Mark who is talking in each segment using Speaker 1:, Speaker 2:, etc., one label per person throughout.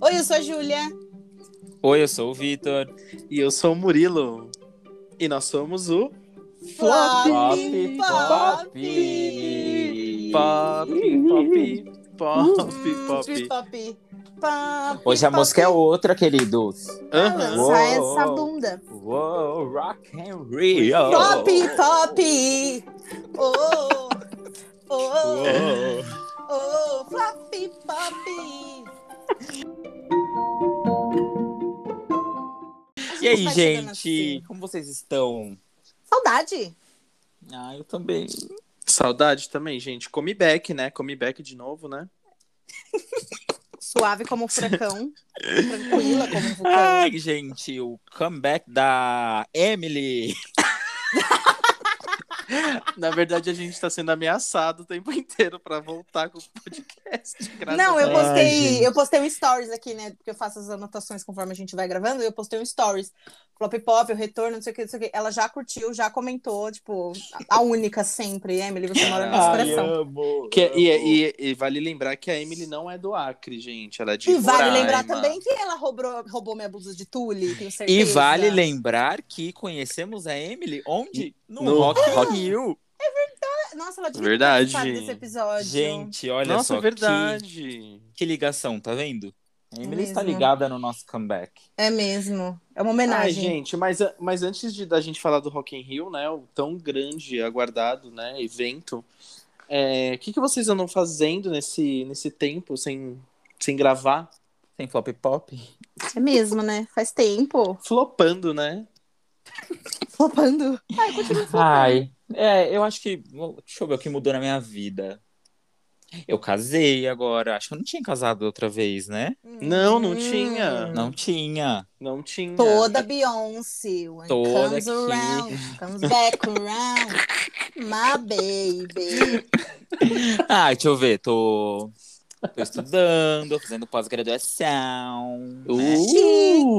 Speaker 1: Oi, eu sou a Júlia.
Speaker 2: Oi, eu sou o Vitor.
Speaker 3: E eu sou o Murilo. E nós somos o
Speaker 1: Flop,
Speaker 2: Pop,
Speaker 1: pop.
Speaker 2: pop.
Speaker 3: Pop, Pop, Pop,
Speaker 1: Street
Speaker 3: Pop.
Speaker 1: pop. Pop,
Speaker 2: Hoje a
Speaker 1: pop.
Speaker 2: música é outra, queridos.
Speaker 3: Aham.
Speaker 1: Lança
Speaker 2: Uou.
Speaker 1: essa bunda.
Speaker 2: Uou, Rock and Rio.
Speaker 1: Pop, pop. Oh, oh,
Speaker 3: Uou.
Speaker 1: oh, flop, pop.
Speaker 2: E aí,
Speaker 1: Tá chegando
Speaker 2: gente? Como vocês estão?
Speaker 1: Saudade.
Speaker 2: Ah, eu também.
Speaker 3: Saudade também, gente. Come back, né? Come back de novo, né?
Speaker 1: Suave como um furacão. tranquila como um vulcão.
Speaker 2: Ai, gente, o comeback da Emily.
Speaker 3: Na verdade, a gente tá sendo ameaçado o tempo inteiro pra voltar com o podcast. graças
Speaker 1: Não, eu
Speaker 3: a-
Speaker 2: vou- Ai,
Speaker 1: postei,
Speaker 2: gente.
Speaker 1: eu postei um stories aqui, né? Porque eu faço as anotações conforme a gente vai gravando, eu postei um stories. Flop pop, o retorno, não sei o que, não sei o que. Ela já curtiu, já comentou, tipo, a única sempre, Emily, você mora no
Speaker 3: Ai,
Speaker 1: coração.
Speaker 2: amo.
Speaker 3: Que- é, e, e- e vale lembrar que a Emily não é do Acre, gente. Ela é de
Speaker 1: E vale
Speaker 3: Roraima.
Speaker 1: lembrar também que ela roubou, roubou minha blusa de tule, tenho certeza.
Speaker 2: E vale lembrar que conhecemos a Emily onde? No,
Speaker 3: No
Speaker 2: Rock
Speaker 3: Rock-
Speaker 2: in Rio.
Speaker 1: Nossa, ela devia
Speaker 3: Verdade.
Speaker 1: participar desse episódio.
Speaker 2: Gente, olha só
Speaker 3: Nossa, é
Speaker 2: que,
Speaker 3: verdade.
Speaker 2: que ligação, tá vendo? A Emily está
Speaker 1: Mesmo.
Speaker 2: ligada no nosso comeback.
Speaker 1: É mesmo. É uma
Speaker 3: Ai,
Speaker 1: homenagem.
Speaker 3: gente, mas, mas antes de, da gente falar do Rock in Rio, né, o tão grande, aguardado, né, evento, é, o que, que vocês andam fazendo nesse, nesse tempo sem, sem gravar?
Speaker 2: Tem flop pop?
Speaker 1: É mesmo, né? Faz tempo.
Speaker 3: Flopando, né?
Speaker 1: Flopando.
Speaker 2: Ai, é, eu acho que. Deixa eu ver o que mudou na minha vida. Eu casei agora. Acho que eu não tinha casado outra vez, né?
Speaker 3: Não,
Speaker 1: Hum.
Speaker 3: não tinha.
Speaker 2: Não tinha.
Speaker 3: Não tinha.
Speaker 1: Toda Beyoncé. When
Speaker 2: É. Toda
Speaker 1: comes
Speaker 2: aqui.
Speaker 1: around, comes back around. My baby.
Speaker 2: Ah, deixa eu ver. Tô, tô estudando, fazendo pós-graduação. né?
Speaker 3: Uh!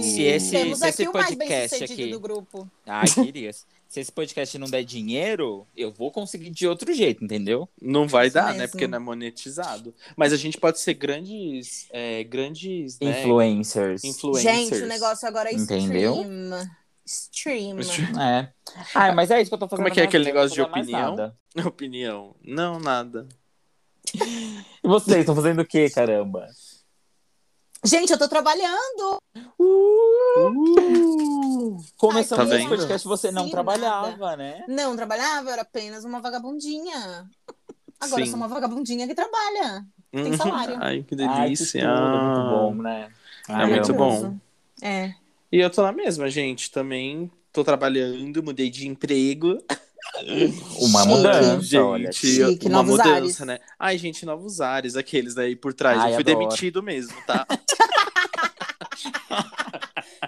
Speaker 2: Uh! Se esse-
Speaker 1: Temos
Speaker 2: se
Speaker 1: aqui
Speaker 2: esse
Speaker 1: o mais
Speaker 2: podcast
Speaker 1: bem-sucedido
Speaker 2: aqui-
Speaker 1: do grupo.
Speaker 2: Ai, queria. Se esse podcast não der dinheiro, eu vou conseguir de outro jeito, entendeu?
Speaker 3: Não vai
Speaker 1: Isso
Speaker 3: dar, né?
Speaker 1: mesmo.
Speaker 3: Porque não é monetizado. Mas a gente pode ser grandes, é, grandes né,
Speaker 2: Influencers.
Speaker 3: influencers.
Speaker 1: Gente, o negócio agora é
Speaker 2: Entendeu?
Speaker 1: stream. Stream.
Speaker 2: É. Ai, mas é isso que eu tô fazendo.
Speaker 3: Como é que é
Speaker 2: na
Speaker 3: aquele
Speaker 2: vida,
Speaker 3: negócio de
Speaker 2: eu não tô fazendo mais
Speaker 3: opinião?
Speaker 2: nada.
Speaker 3: Opinião. Não, nada.
Speaker 2: E vocês estão fazendo o quê, caramba?
Speaker 1: Gente, eu tô trabalhando.
Speaker 3: Uh!
Speaker 2: Começando
Speaker 3: Ai, tá
Speaker 2: esse
Speaker 3: vendo?
Speaker 2: podcast, você não
Speaker 1: Sim,
Speaker 2: trabalhava,
Speaker 1: nada.
Speaker 2: né?
Speaker 1: Não trabalhava, eu era apenas uma vagabundinha. Agora eu
Speaker 3: Sim.
Speaker 1: sou uma vagabundinha que trabalha. Tem
Speaker 3: Hum,
Speaker 1: salário.
Speaker 3: Ai, que
Speaker 2: Ai, que
Speaker 3: delícia.
Speaker 2: tudo, muito bom, né?
Speaker 3: É muito bom.
Speaker 1: Maravilhoso. É.
Speaker 3: E eu tô na mesma, gente. Também tô trabalhando, mudei de emprego.
Speaker 2: Uma
Speaker 1: Chique.
Speaker 2: mudança,
Speaker 3: gente,
Speaker 2: olha. tipo,
Speaker 1: Chique,
Speaker 3: uma
Speaker 1: novos
Speaker 3: mudança,
Speaker 1: ares.
Speaker 3: né? Ai, gente, novos ares, aqueles daí por trás.
Speaker 2: Ai,
Speaker 3: eu fui
Speaker 2: adoro.
Speaker 3: demitido mesmo, tá?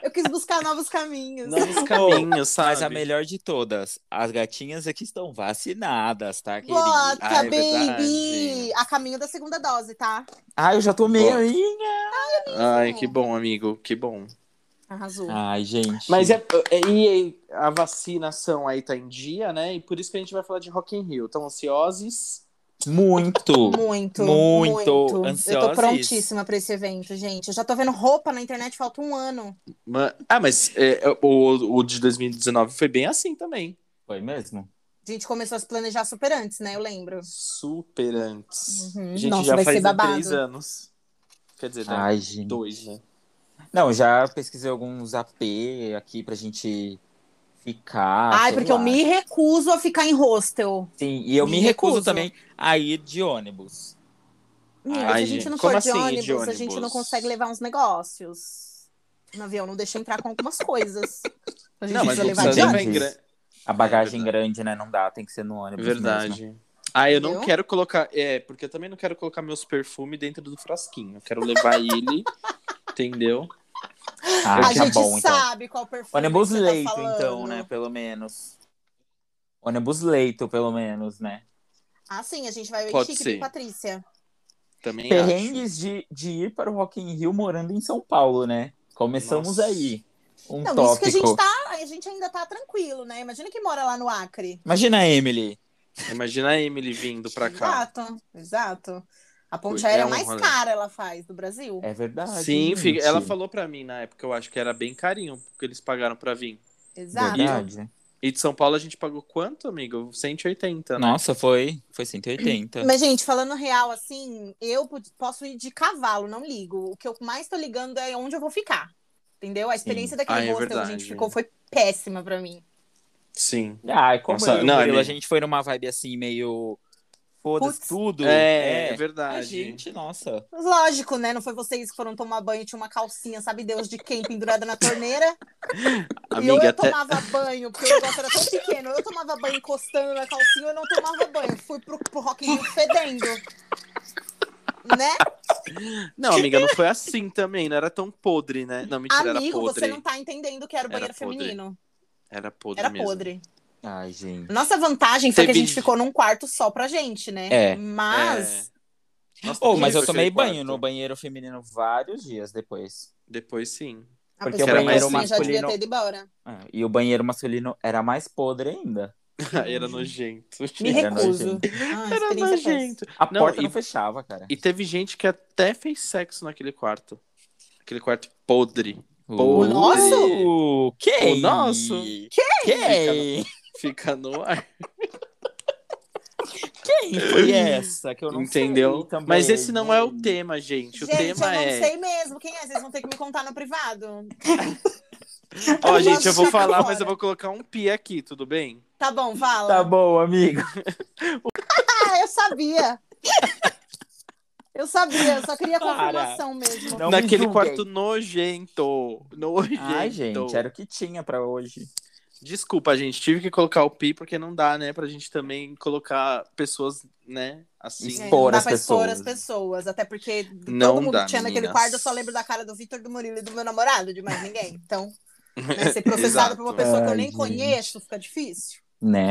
Speaker 1: Eu quis buscar novos caminhos.
Speaker 3: Novos caminhos, sabe?
Speaker 2: Mas a melhor de todas, as gatinhas aqui estão vacinadas, tá, querida?
Speaker 1: Bota,
Speaker 3: Ah, é
Speaker 1: baby!
Speaker 3: verdade.
Speaker 1: A caminho da segunda dose, tá?
Speaker 2: Ai, eu já tomei
Speaker 3: Bota.
Speaker 2: ainda.
Speaker 3: Ai, que bom, amigo, que bom.
Speaker 1: Arrasou.
Speaker 2: Ai, gente.
Speaker 3: Mas é, é- e a vacinação aí tá em dia, né? E por isso que a gente vai falar de Rock in Rio. Tão ansiosos?
Speaker 2: muito.
Speaker 1: Muito,
Speaker 2: Muito
Speaker 1: Eu tô
Speaker 2: ansiosas.
Speaker 1: prontíssima pra esse evento, gente. Eu já tô vendo roupa na internet, falta um ano.
Speaker 3: Ma- Ah, mas é, o, o de 2019 foi bem assim também.
Speaker 2: Foi mesmo?
Speaker 1: A gente começou a se planejar super antes, né? Eu lembro.
Speaker 3: Super antes.
Speaker 1: Uhum.
Speaker 3: A gente
Speaker 1: Nossa,
Speaker 3: já
Speaker 1: vai
Speaker 3: faz
Speaker 1: ser
Speaker 3: há
Speaker 1: babado.
Speaker 3: três anos. Quer dizer, né?
Speaker 2: Ai, gente.
Speaker 3: dois, né?
Speaker 2: Não, já pesquisei alguns AP aqui pra gente ficar.
Speaker 1: Ai,
Speaker 2: Ah, sei
Speaker 1: porque eu
Speaker 2: lá.
Speaker 1: me recuso a ficar em hostel.
Speaker 2: Sim, e eu me,
Speaker 1: me
Speaker 2: recuso,
Speaker 1: recuso.
Speaker 2: também a ir de ônibus.
Speaker 1: Meu,
Speaker 2: Ai,
Speaker 1: se a gente,
Speaker 2: gente,
Speaker 1: não
Speaker 3: como
Speaker 1: for de,
Speaker 3: assim ir
Speaker 1: ônibus,
Speaker 3: de
Speaker 1: a gente não
Speaker 3: ônibus?
Speaker 1: consegue levar uns negócios. No avião, não deixa entrar com algumas coisas. A gente
Speaker 3: Não, mas
Speaker 1: precisa
Speaker 3: não
Speaker 1: levar
Speaker 3: precisa
Speaker 1: de
Speaker 2: adiante.
Speaker 3: levar
Speaker 1: ônibus.
Speaker 3: em grande.
Speaker 2: A bagagem
Speaker 3: É verdade.
Speaker 2: grande, né? Não dá, tem que ser no ônibus. mesmo.
Speaker 3: Verdade. Ah, eu não
Speaker 1: Entendeu?
Speaker 3: quero colocar. É, porque eu também não quero colocar meus perfumes dentro do frasquinho. Eu quero levar ele, entendeu?
Speaker 2: Ah,
Speaker 1: A
Speaker 2: tá
Speaker 1: gente
Speaker 2: bom, então.
Speaker 1: sabe qual perfume
Speaker 2: Ônibus
Speaker 1: que você tá
Speaker 2: leito, então,
Speaker 1: falando.
Speaker 2: né? Pelo menos. Ônibus leito, pelo menos, né?
Speaker 1: Ah, sim, a gente vai
Speaker 3: Pode
Speaker 1: chique
Speaker 3: ser.
Speaker 1: de Patrícia.
Speaker 3: Também acho.
Speaker 2: Perrengues de, de ir para o Rock in Rio morando em São Paulo, né? Começamos
Speaker 3: Nossa.
Speaker 2: aí. Um
Speaker 1: Não, isso
Speaker 2: tópico.
Speaker 1: que a gente tá, a gente ainda tá tranquilo, né? Imagina que mora lá no Acre.
Speaker 2: Imagina a Emily.
Speaker 3: Imagina a Emily vindo pra cá.
Speaker 1: Exato, exato. A ponte
Speaker 3: Ui, é
Speaker 1: aérea
Speaker 3: um
Speaker 1: mais
Speaker 3: rolê.
Speaker 1: cara ela faz do Brasil.
Speaker 2: É verdade.
Speaker 3: Sim, fica-
Speaker 2: gente.
Speaker 3: ela falou pra mim na época, eu acho que era bem carinho que eles pagaram pra vir.
Speaker 1: Exato.
Speaker 2: Verdade. né?
Speaker 3: E de São Paulo a gente pagou quanto, amigo? 180, né?
Speaker 2: Nossa, foi, foi 180.
Speaker 1: Mas, gente, falando real, assim, eu pod- posso ir de cavalo, não ligo. O que eu mais tô ligando é onde eu vou ficar. Entendeu? A experiência
Speaker 3: Ah,
Speaker 1: daquele
Speaker 3: é
Speaker 1: hostel que a
Speaker 3: verdade.
Speaker 1: gente ficou foi péssima pra mim.
Speaker 3: Sim.
Speaker 2: Ah, como
Speaker 3: Nossa,
Speaker 2: eu e o
Speaker 3: não,
Speaker 2: Murilo,
Speaker 3: é
Speaker 2: a gente foi numa vibe assim, meio. Foda-se
Speaker 1: Putz.
Speaker 2: tudo.
Speaker 3: É, é
Speaker 2: A
Speaker 3: verdade.
Speaker 2: gente, nossa.
Speaker 1: Mas Lógico, né? Não foi vocês que foram tomar banho e tinha uma calcinha, sabe Deus, de quem pendurada na torneira. e eu,
Speaker 3: Amiga,
Speaker 1: eu
Speaker 3: até.
Speaker 1: tomava banho, porque o negócio era tão pequeno. Eu tomava banho encostando na calcinha, eu não tomava banho. Fui pro, pro Rock in Rio fedendo. Né?
Speaker 3: Não, amiga, não foi assim também, não era tão podre, né? Não, mentira, era
Speaker 1: Amigo,
Speaker 3: podre.
Speaker 1: você não tá entendendo que era o
Speaker 3: Era
Speaker 1: banheiro
Speaker 3: podre.
Speaker 1: feminino.
Speaker 3: Era podre
Speaker 1: Era
Speaker 3: mesmo.
Speaker 1: podre.
Speaker 2: Ai, gente.
Speaker 1: Nossa vantagem foi
Speaker 3: Teve-
Speaker 1: que a gente ficou num quarto só pra gente, né?
Speaker 2: É.
Speaker 1: Mas.
Speaker 3: É. Nossa,
Speaker 2: Oh, mas
Speaker 3: horrível
Speaker 2: eu tomei
Speaker 3: aquele
Speaker 2: banho
Speaker 3: quarto.
Speaker 2: no banheiro feminino vários dias depois.
Speaker 3: Depois sim.
Speaker 1: A
Speaker 2: Porque
Speaker 1: pessoa
Speaker 3: o banheiro
Speaker 1: assim, já devia
Speaker 2: masculino-
Speaker 1: ter ido embora.
Speaker 2: Ah, e o banheiro masculino era mais podre ainda.
Speaker 3: era nojento.
Speaker 1: Me
Speaker 2: Era
Speaker 1: recuso.
Speaker 2: nojento.
Speaker 1: Ah,
Speaker 3: Era
Speaker 1: Uhum. experiência péssima.
Speaker 3: nojento.
Speaker 2: A
Speaker 3: Não,
Speaker 2: porta
Speaker 3: e-
Speaker 2: não fechava, cara.
Speaker 3: E teve gente que até fez sexo naquele quarto. Aquele quarto podre.
Speaker 1: O nosso?
Speaker 2: O quem?
Speaker 3: O nosso?
Speaker 2: Quem?
Speaker 3: Fica no ar.
Speaker 2: Quem foi essa que eu não
Speaker 3: entendeu?
Speaker 2: sei também,
Speaker 3: Mas esse não
Speaker 2: né?
Speaker 3: é o tema, gente. O
Speaker 1: Gente, eu
Speaker 3: tema
Speaker 1: não
Speaker 3: é.
Speaker 1: sei mesmo quem é. Vocês vão ter que me contar no privado.
Speaker 3: Ó,
Speaker 1: Eu
Speaker 3: gente,
Speaker 1: gosto
Speaker 3: eu vou
Speaker 1: de jogar
Speaker 3: falar,
Speaker 1: fora.
Speaker 3: mas eu vou colocar um pi aqui, tudo bem?
Speaker 1: Tá bom, fala.
Speaker 2: Tá bom, amigo.
Speaker 1: Ah, eu sabia. Eu sabia, eu só queria
Speaker 2: Para.
Speaker 1: confirmação mesmo.
Speaker 2: Não me
Speaker 3: Naquele
Speaker 2: julguem.
Speaker 3: quarto nojento. Nojento.
Speaker 2: Ai, gente, era o que tinha pra hoje.
Speaker 3: Desculpa, gente. Tive que colocar o pi porque não dá, né? Pra gente também colocar pessoas, né? Assim.
Speaker 1: É,
Speaker 2: Expor
Speaker 1: não dá
Speaker 2: as
Speaker 1: pra expor
Speaker 2: pessoas.
Speaker 1: as pessoas, até porque
Speaker 3: Não
Speaker 1: todo mundo
Speaker 3: dá,
Speaker 1: que tinha naquele
Speaker 3: meninas.
Speaker 1: quarto, eu só lembro da cara do Vitor, do Murilo e do meu namorado, de mais ninguém. Então, né, ser
Speaker 3: Exato.
Speaker 1: processado por uma pessoa que eu
Speaker 2: Ai,
Speaker 1: nem
Speaker 2: gente.
Speaker 1: conheço fica difícil.
Speaker 2: Né?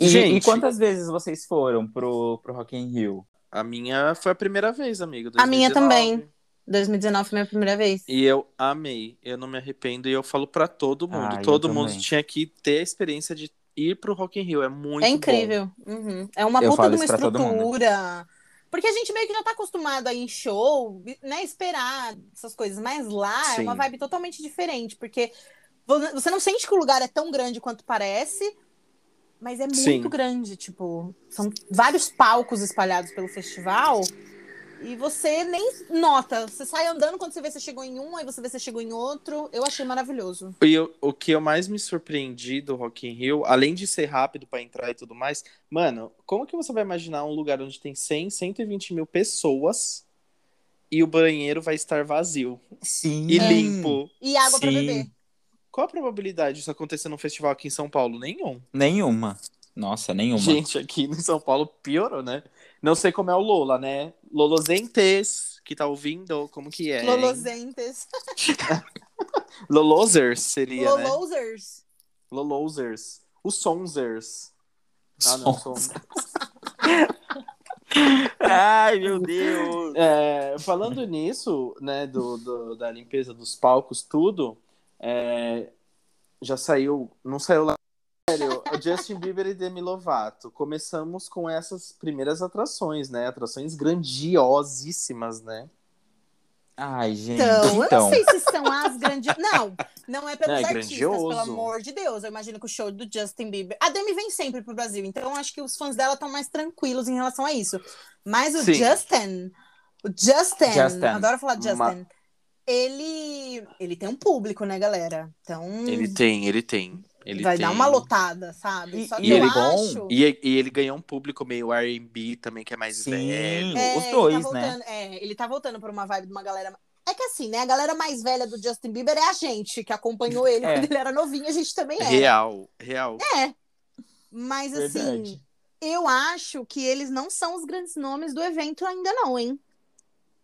Speaker 2: E,
Speaker 3: Gente.
Speaker 2: e quantas vezes vocês foram pro, pro Rock in Rio?
Speaker 3: A minha foi a primeira vez, amigo.
Speaker 1: A minha
Speaker 3: 2019.
Speaker 1: 2019 foi minha primeira vez.
Speaker 3: E eu amei, eu não me arrependo e eu falo pra todo mundo,
Speaker 2: Ah, eu
Speaker 3: todo mundo
Speaker 2: também.
Speaker 3: tinha que ter a experiência de ir pro Rock in Rio, é muito
Speaker 1: é incrível. Uhum. É uma
Speaker 2: Eu
Speaker 1: puta
Speaker 2: falo
Speaker 1: de uma
Speaker 2: isso pra todo mundo.
Speaker 1: estrutura. Porque a gente meio que já tá acostumado a ir em show, né? Esperar essas coisas. Mas lá é
Speaker 3: Sim.
Speaker 1: uma vibe totalmente diferente. Porque vo- você não sente que o lugar é tão grande quanto parece, mas é muito
Speaker 3: Sim.
Speaker 1: grande. Tipo, são vários palcos espalhados pelo festival. E você nem nota. Você sai andando quando você vê se chegou em um, aí você vê se chegou em outro. Eu achei maravilhoso.
Speaker 3: bom. E eu- o que eu mais me surpreendi do Rock in Rio, além de ser rápido pra entrar e tudo mais, mano, como que você vai imaginar um lugar onde tem 100, 120 mil pessoas e o banheiro vai estar vazio
Speaker 2: Sim.
Speaker 1: Hum.
Speaker 3: e limpo?
Speaker 1: E água pra
Speaker 2: Sim.
Speaker 1: beber.
Speaker 3: Qual a probabilidade disso acontecer num festival aqui em São Paulo? Nenhum.
Speaker 2: Nenhuma. Nossa, nenhuma.
Speaker 3: Gente, aqui em São Paulo piorou, né? Não sei como é o Lola, né? Lolozentes, que tá ouvindo, como que é? hein?
Speaker 1: Lolosentes.
Speaker 3: Lolosers seria, né?
Speaker 1: Lolosers.
Speaker 3: Lolosers. Os Sonsers. Ah, não, Sons.
Speaker 2: Ai, meu Deus.
Speaker 3: É, falando nisso, né, do, do- da limpeza dos palcos, tudo, é, já saiu, não saiu lá. Sério, o Justin Bieber e Demi Lovato. Começamos com essas primeiras atrações, né? Atrações grandiosíssimas, né?
Speaker 2: Ai, gente.
Speaker 1: Então,
Speaker 2: Então,
Speaker 1: eu não sei se são as grandes. Não, não é pelos
Speaker 3: Não, é
Speaker 1: artistas,
Speaker 3: grandioso.
Speaker 1: pelo amor de Deus. Eu imagino que o show do Justin Bieber. A Demi vem sempre pro Brasil, então acho que os fãs dela estão mais tranquilos em relação a isso. Mas o
Speaker 3: Sim.
Speaker 1: Justin, o Justin,
Speaker 2: Justin.
Speaker 1: adoro falar Justin.
Speaker 3: Ma-
Speaker 1: Ele, ele tem um público, né, galera? Então
Speaker 3: Ele tem, ele tem. Ele
Speaker 1: vai
Speaker 3: tem.
Speaker 1: dar uma lotada, sabe?
Speaker 2: E-
Speaker 1: Só que
Speaker 3: e
Speaker 1: eu
Speaker 3: ele-
Speaker 1: acho.
Speaker 3: E, e ele ganhou um público meio R&B também, que é mais
Speaker 2: Sim.
Speaker 3: velho.
Speaker 1: É,
Speaker 2: Os
Speaker 1: ele
Speaker 2: dois,
Speaker 1: tá
Speaker 2: né?
Speaker 1: voltando, é, ele tá voltando pra uma vibe de uma galera. É que assim, né? A galera mais velha do Justin Bieber é a gente, que acompanhou ele
Speaker 2: É.
Speaker 1: quando ele era novinho, a gente também é.
Speaker 3: Real, real.
Speaker 1: Mas assim,
Speaker 2: verdade.
Speaker 1: eu acho que eles não são os grandes nomes do evento ainda, não, hein?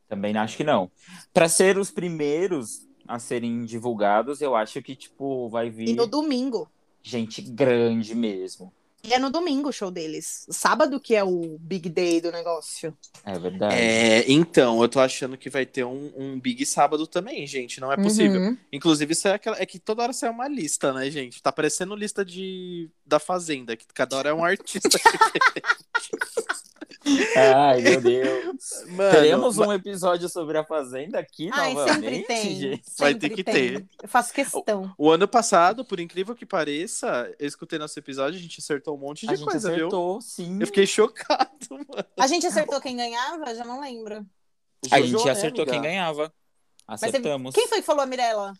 Speaker 2: Também acho que não. Pra ser os primeiros a serem divulgados, eu acho que, tipo, vai
Speaker 1: E
Speaker 2: vir
Speaker 1: no domingo.
Speaker 2: gente grande mesmo.
Speaker 1: E é no domingo o show deles. Sábado que é o big day do negócio.
Speaker 2: É verdade.
Speaker 3: É, então, eu tô achando que vai ter um, um Big Sábado também, gente. Não é possível.
Speaker 1: Uhum.
Speaker 3: Inclusive, isso é, aquela, é que toda hora sai uma lista, né, gente? Tá parecendo lista de da Fazenda, que cada hora é um artista.
Speaker 2: Ai, meu Deus.
Speaker 3: Mano,
Speaker 2: Teremos um episódio sobre a Fazenda aqui
Speaker 1: Ai,
Speaker 2: novamente,
Speaker 1: sempre tem.
Speaker 2: gente.
Speaker 3: Vai
Speaker 1: sempre
Speaker 3: ter que
Speaker 1: tem.
Speaker 3: ter.
Speaker 1: Eu faço questão.
Speaker 3: O ano passado, por incrível que pareça, eu escutei nosso episódio, a gente acertou um monte de
Speaker 2: A gente
Speaker 3: coisa, viu?
Speaker 2: acertou, sim.
Speaker 3: Eu fiquei chocado, mano.
Speaker 1: A gente acertou quem ganhava? Já não lembro.
Speaker 2: A
Speaker 3: Jojo,
Speaker 2: gente
Speaker 3: né,
Speaker 2: acertou
Speaker 3: amiga?
Speaker 2: quem ganhava.
Speaker 1: teve-
Speaker 2: Acertamos.
Speaker 1: Quem foi que falou a Mirella?
Speaker 2: Acho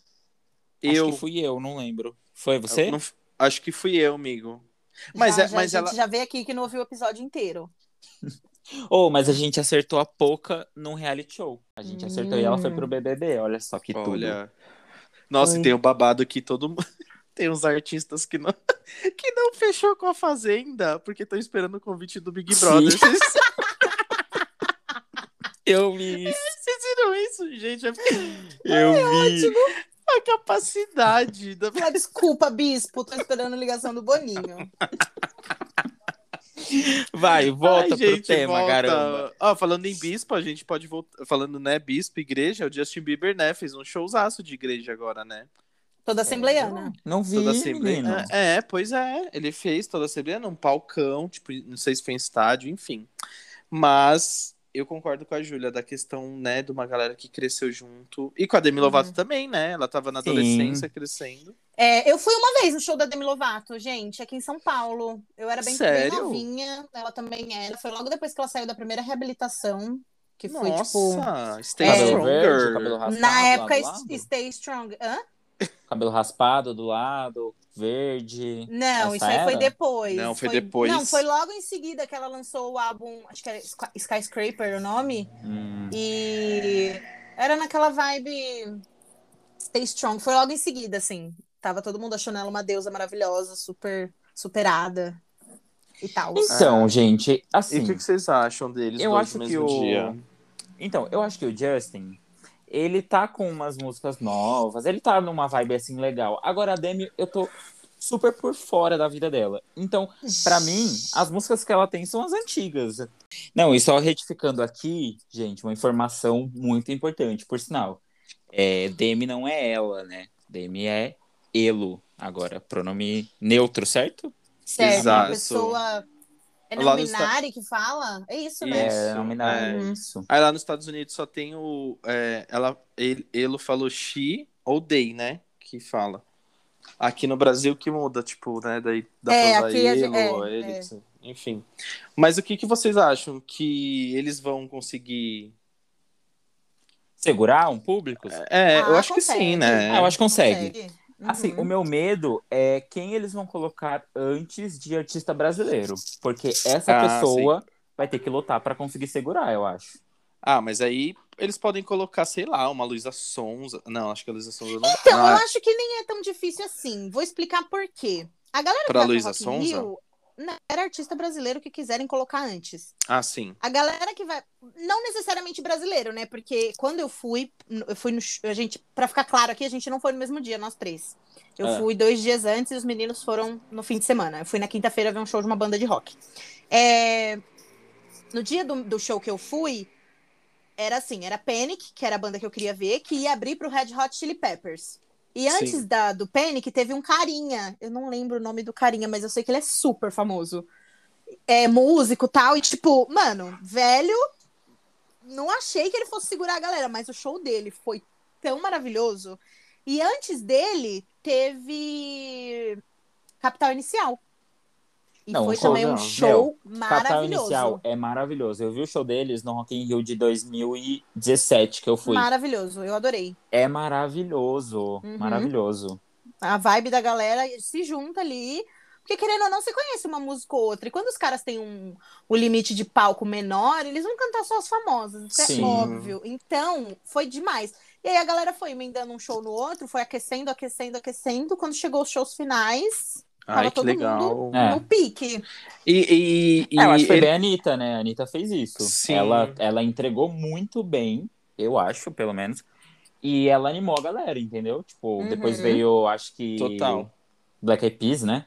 Speaker 3: Eu.
Speaker 2: que fui eu, não lembro. Foi você?
Speaker 3: Eu não- Acho que fui eu, amigo. Mas
Speaker 1: já,
Speaker 3: é-
Speaker 1: já,
Speaker 3: mas
Speaker 1: a gente
Speaker 3: ela-
Speaker 1: já veio aqui que não ouviu o episódio inteiro.
Speaker 2: Oh, mas a gente acertou a pouca num reality show. A gente acertou e ela foi pro BBB. Olha só que tudo.
Speaker 3: Hum. Olha. Nossa, e tem um babado que todo mundo. tem uns artistas que não... que não fechou com a Fazenda, porque estão esperando o convite do Big
Speaker 2: Sim.
Speaker 3: Brother. Vocês, vocês
Speaker 2: Eu vi isso.
Speaker 3: viram isso, gente? Eu fiquei-
Speaker 2: Eu vi.
Speaker 3: A capacidade da.
Speaker 1: Ah, Desculpa, Bispo, tô esperando a ligação do Boninho.
Speaker 2: Vai, volta
Speaker 3: Ai, gente,
Speaker 2: pro tema,
Speaker 3: volta.
Speaker 2: caramba.
Speaker 3: Ó, falando em bispo, a gente pode voltar. Falando, né, bispo, igreja, o Justin Bieber, né, fez um showzaço de igreja agora, né?
Speaker 2: É.
Speaker 1: Toda assembleiana.
Speaker 2: Não vi,
Speaker 3: Toda assembleia.
Speaker 2: menino.
Speaker 3: É, é, pois é. Ele fez toda a assembleia num palcão, tipo, não sei se foi em estádio, enfim. Mas eu concordo com a Júlia da questão, né, de uma galera que cresceu junto. E com a Demi Lovato
Speaker 1: Uhum.
Speaker 3: também, né? Ela tava na
Speaker 2: Sim.
Speaker 3: adolescência crescendo.
Speaker 1: É, eu fui uma vez no show da Demi Lovato, gente, aqui em São Paulo. Eu era bem, bem
Speaker 3: Sério?
Speaker 1: novinha, ela também era. Foi logo depois que ela saiu da primeira reabilitação, que foi, tipo...
Speaker 3: Nossa, Stay
Speaker 1: É.
Speaker 2: Cabelo
Speaker 3: Stronger.
Speaker 2: verde, cabelo raspado.
Speaker 1: Na
Speaker 2: lá
Speaker 1: época,
Speaker 2: do lado.
Speaker 1: Stay Strong. Hã?
Speaker 2: Cabelo raspado do lado, verde.
Speaker 1: Não,
Speaker 2: Essa
Speaker 1: isso aí foi
Speaker 2: era?
Speaker 1: depois.
Speaker 3: Não, foi depois.
Speaker 1: Não, foi logo em seguida que ela lançou o álbum, acho que era Sky- Skyscraper o nome.
Speaker 2: Hum,
Speaker 1: E era naquela vibe Stay Strong. Foi logo em seguida, assim. Tava todo mundo achando ela uma deusa maravilhosa, super superada e tal.
Speaker 2: Então, gente,
Speaker 3: É. E o
Speaker 2: assim.
Speaker 3: que, que vocês acham deles
Speaker 2: Eu
Speaker 3: dois
Speaker 2: acho
Speaker 3: no
Speaker 2: que
Speaker 3: mesmo
Speaker 2: o-
Speaker 3: dia?
Speaker 2: Então, eu acho que o Justin, ele tá com umas músicas novas, ele tá numa vibe assim legal. Agora a Demi, eu tô super por fora da vida dela. Então, pra mim, as músicas que ela tem são as antigas. Não, e só retificando aqui, gente, uma informação muito importante, por sinal. É, Demi não é ela, né? Demi é elo agora, pronome neutro, certo?
Speaker 1: Certo,
Speaker 3: Exato.
Speaker 1: uma pessoa. É não
Speaker 3: Lá nos
Speaker 1: binário que fala? É isso, né?
Speaker 3: Isso,
Speaker 2: é, nominal,
Speaker 1: é.
Speaker 2: isso.
Speaker 3: Aí lá nos Estados Unidos só tem o. é, ela, ele, ele falou she ou they, né? Que fala. Aqui no Brasil que muda, tipo, né? Daí dá
Speaker 1: É,
Speaker 3: pra usar
Speaker 1: aqui a gente-
Speaker 3: ele,
Speaker 1: é,
Speaker 3: ele, enfim. Mas o que, que vocês acham? Que eles vão conseguir.
Speaker 2: Segurar um público?
Speaker 3: É, eu
Speaker 1: Ah,
Speaker 3: acho que
Speaker 1: consegue.
Speaker 3: sim, né?
Speaker 2: Ah, eu acho que consegue.
Speaker 1: Consegue.
Speaker 2: Assim,
Speaker 1: Uhum.
Speaker 2: o meu medo é quem eles vão colocar antes de artista brasileiro. Porque essa
Speaker 3: Ah,
Speaker 2: pessoa vai ter que lutar pra conseguir segurar, eu acho.
Speaker 3: Ah, mas aí eles podem colocar, sei lá, uma Luísa Sonza. Não, acho que a Luísa Sonza não.
Speaker 1: Então,
Speaker 3: não,
Speaker 1: eu
Speaker 3: é-
Speaker 1: acho que nem é tão difícil assim. Vou explicar por quê. A galera que
Speaker 3: Pra
Speaker 1: vai pro
Speaker 3: Luísa
Speaker 1: Rock in
Speaker 3: Sonza?
Speaker 1: Rio, não, era artista brasileiro que quiserem colocar antes.
Speaker 3: Ah, sim.
Speaker 1: A galera que vai, não necessariamente brasileiro, né? Porque quando eu fui, eu fui no, sh- a gente, para ficar claro aqui, a gente não foi no mesmo dia, nós três. Eu
Speaker 2: Ah.
Speaker 1: fui dois dias antes e os meninos foram no fim de semana. Eu fui na quinta-feira ver um show de uma banda de rock. É, no dia do, do show que eu fui, era assim, era Panic, que era a banda que eu queria ver, que ia abrir pro Red Hot Chili Peppers. E antes
Speaker 3: Sim.
Speaker 1: da, do Panic, teve um carinha. Eu não lembro o nome do carinha, mas eu sei que ele é super famoso. É músico e tal. E tipo, mano, velho, não achei que ele fosse segurar a galera, mas o show dele foi tão maravilhoso. E antes dele, teve Capital Inicial. E
Speaker 2: Não,
Speaker 1: foi
Speaker 2: show
Speaker 1: também um
Speaker 3: não,
Speaker 1: show
Speaker 2: Capital
Speaker 1: maravilhoso.
Speaker 2: Inicial é maravilhoso. Eu vi o show deles no Rock in Rio de 2017 que eu fui.
Speaker 1: Maravilhoso, eu adorei.
Speaker 2: É maravilhoso,
Speaker 1: Uhum.
Speaker 2: maravilhoso.
Speaker 1: A vibe da galera se junta ali. Porque querendo ou não, você conhece uma música ou outra. E quando os caras têm um, um limite de palco menor, eles vão cantar só as famosas. Isso é
Speaker 2: Sim.
Speaker 1: óbvio. Então, foi demais. E aí a galera foi emendando um show no outro, foi aquecendo, aquecendo, aquecendo. Quando chegou os shows finais,
Speaker 3: Ai,
Speaker 1: Tava
Speaker 3: que
Speaker 1: todo
Speaker 3: legal.
Speaker 2: É.
Speaker 1: no pique.
Speaker 3: E, e, e
Speaker 2: É, eu acho que foi
Speaker 3: ele-
Speaker 2: bem a Anitta, né? A Anitta fez isso.
Speaker 3: Sim.
Speaker 2: Ela, ela entregou muito bem, eu acho, pelo menos. E ela animou a galera, entendeu? Tipo,
Speaker 1: Uhum.
Speaker 2: depois veio, acho que.
Speaker 3: Total.
Speaker 2: Black Eyed Peas, né?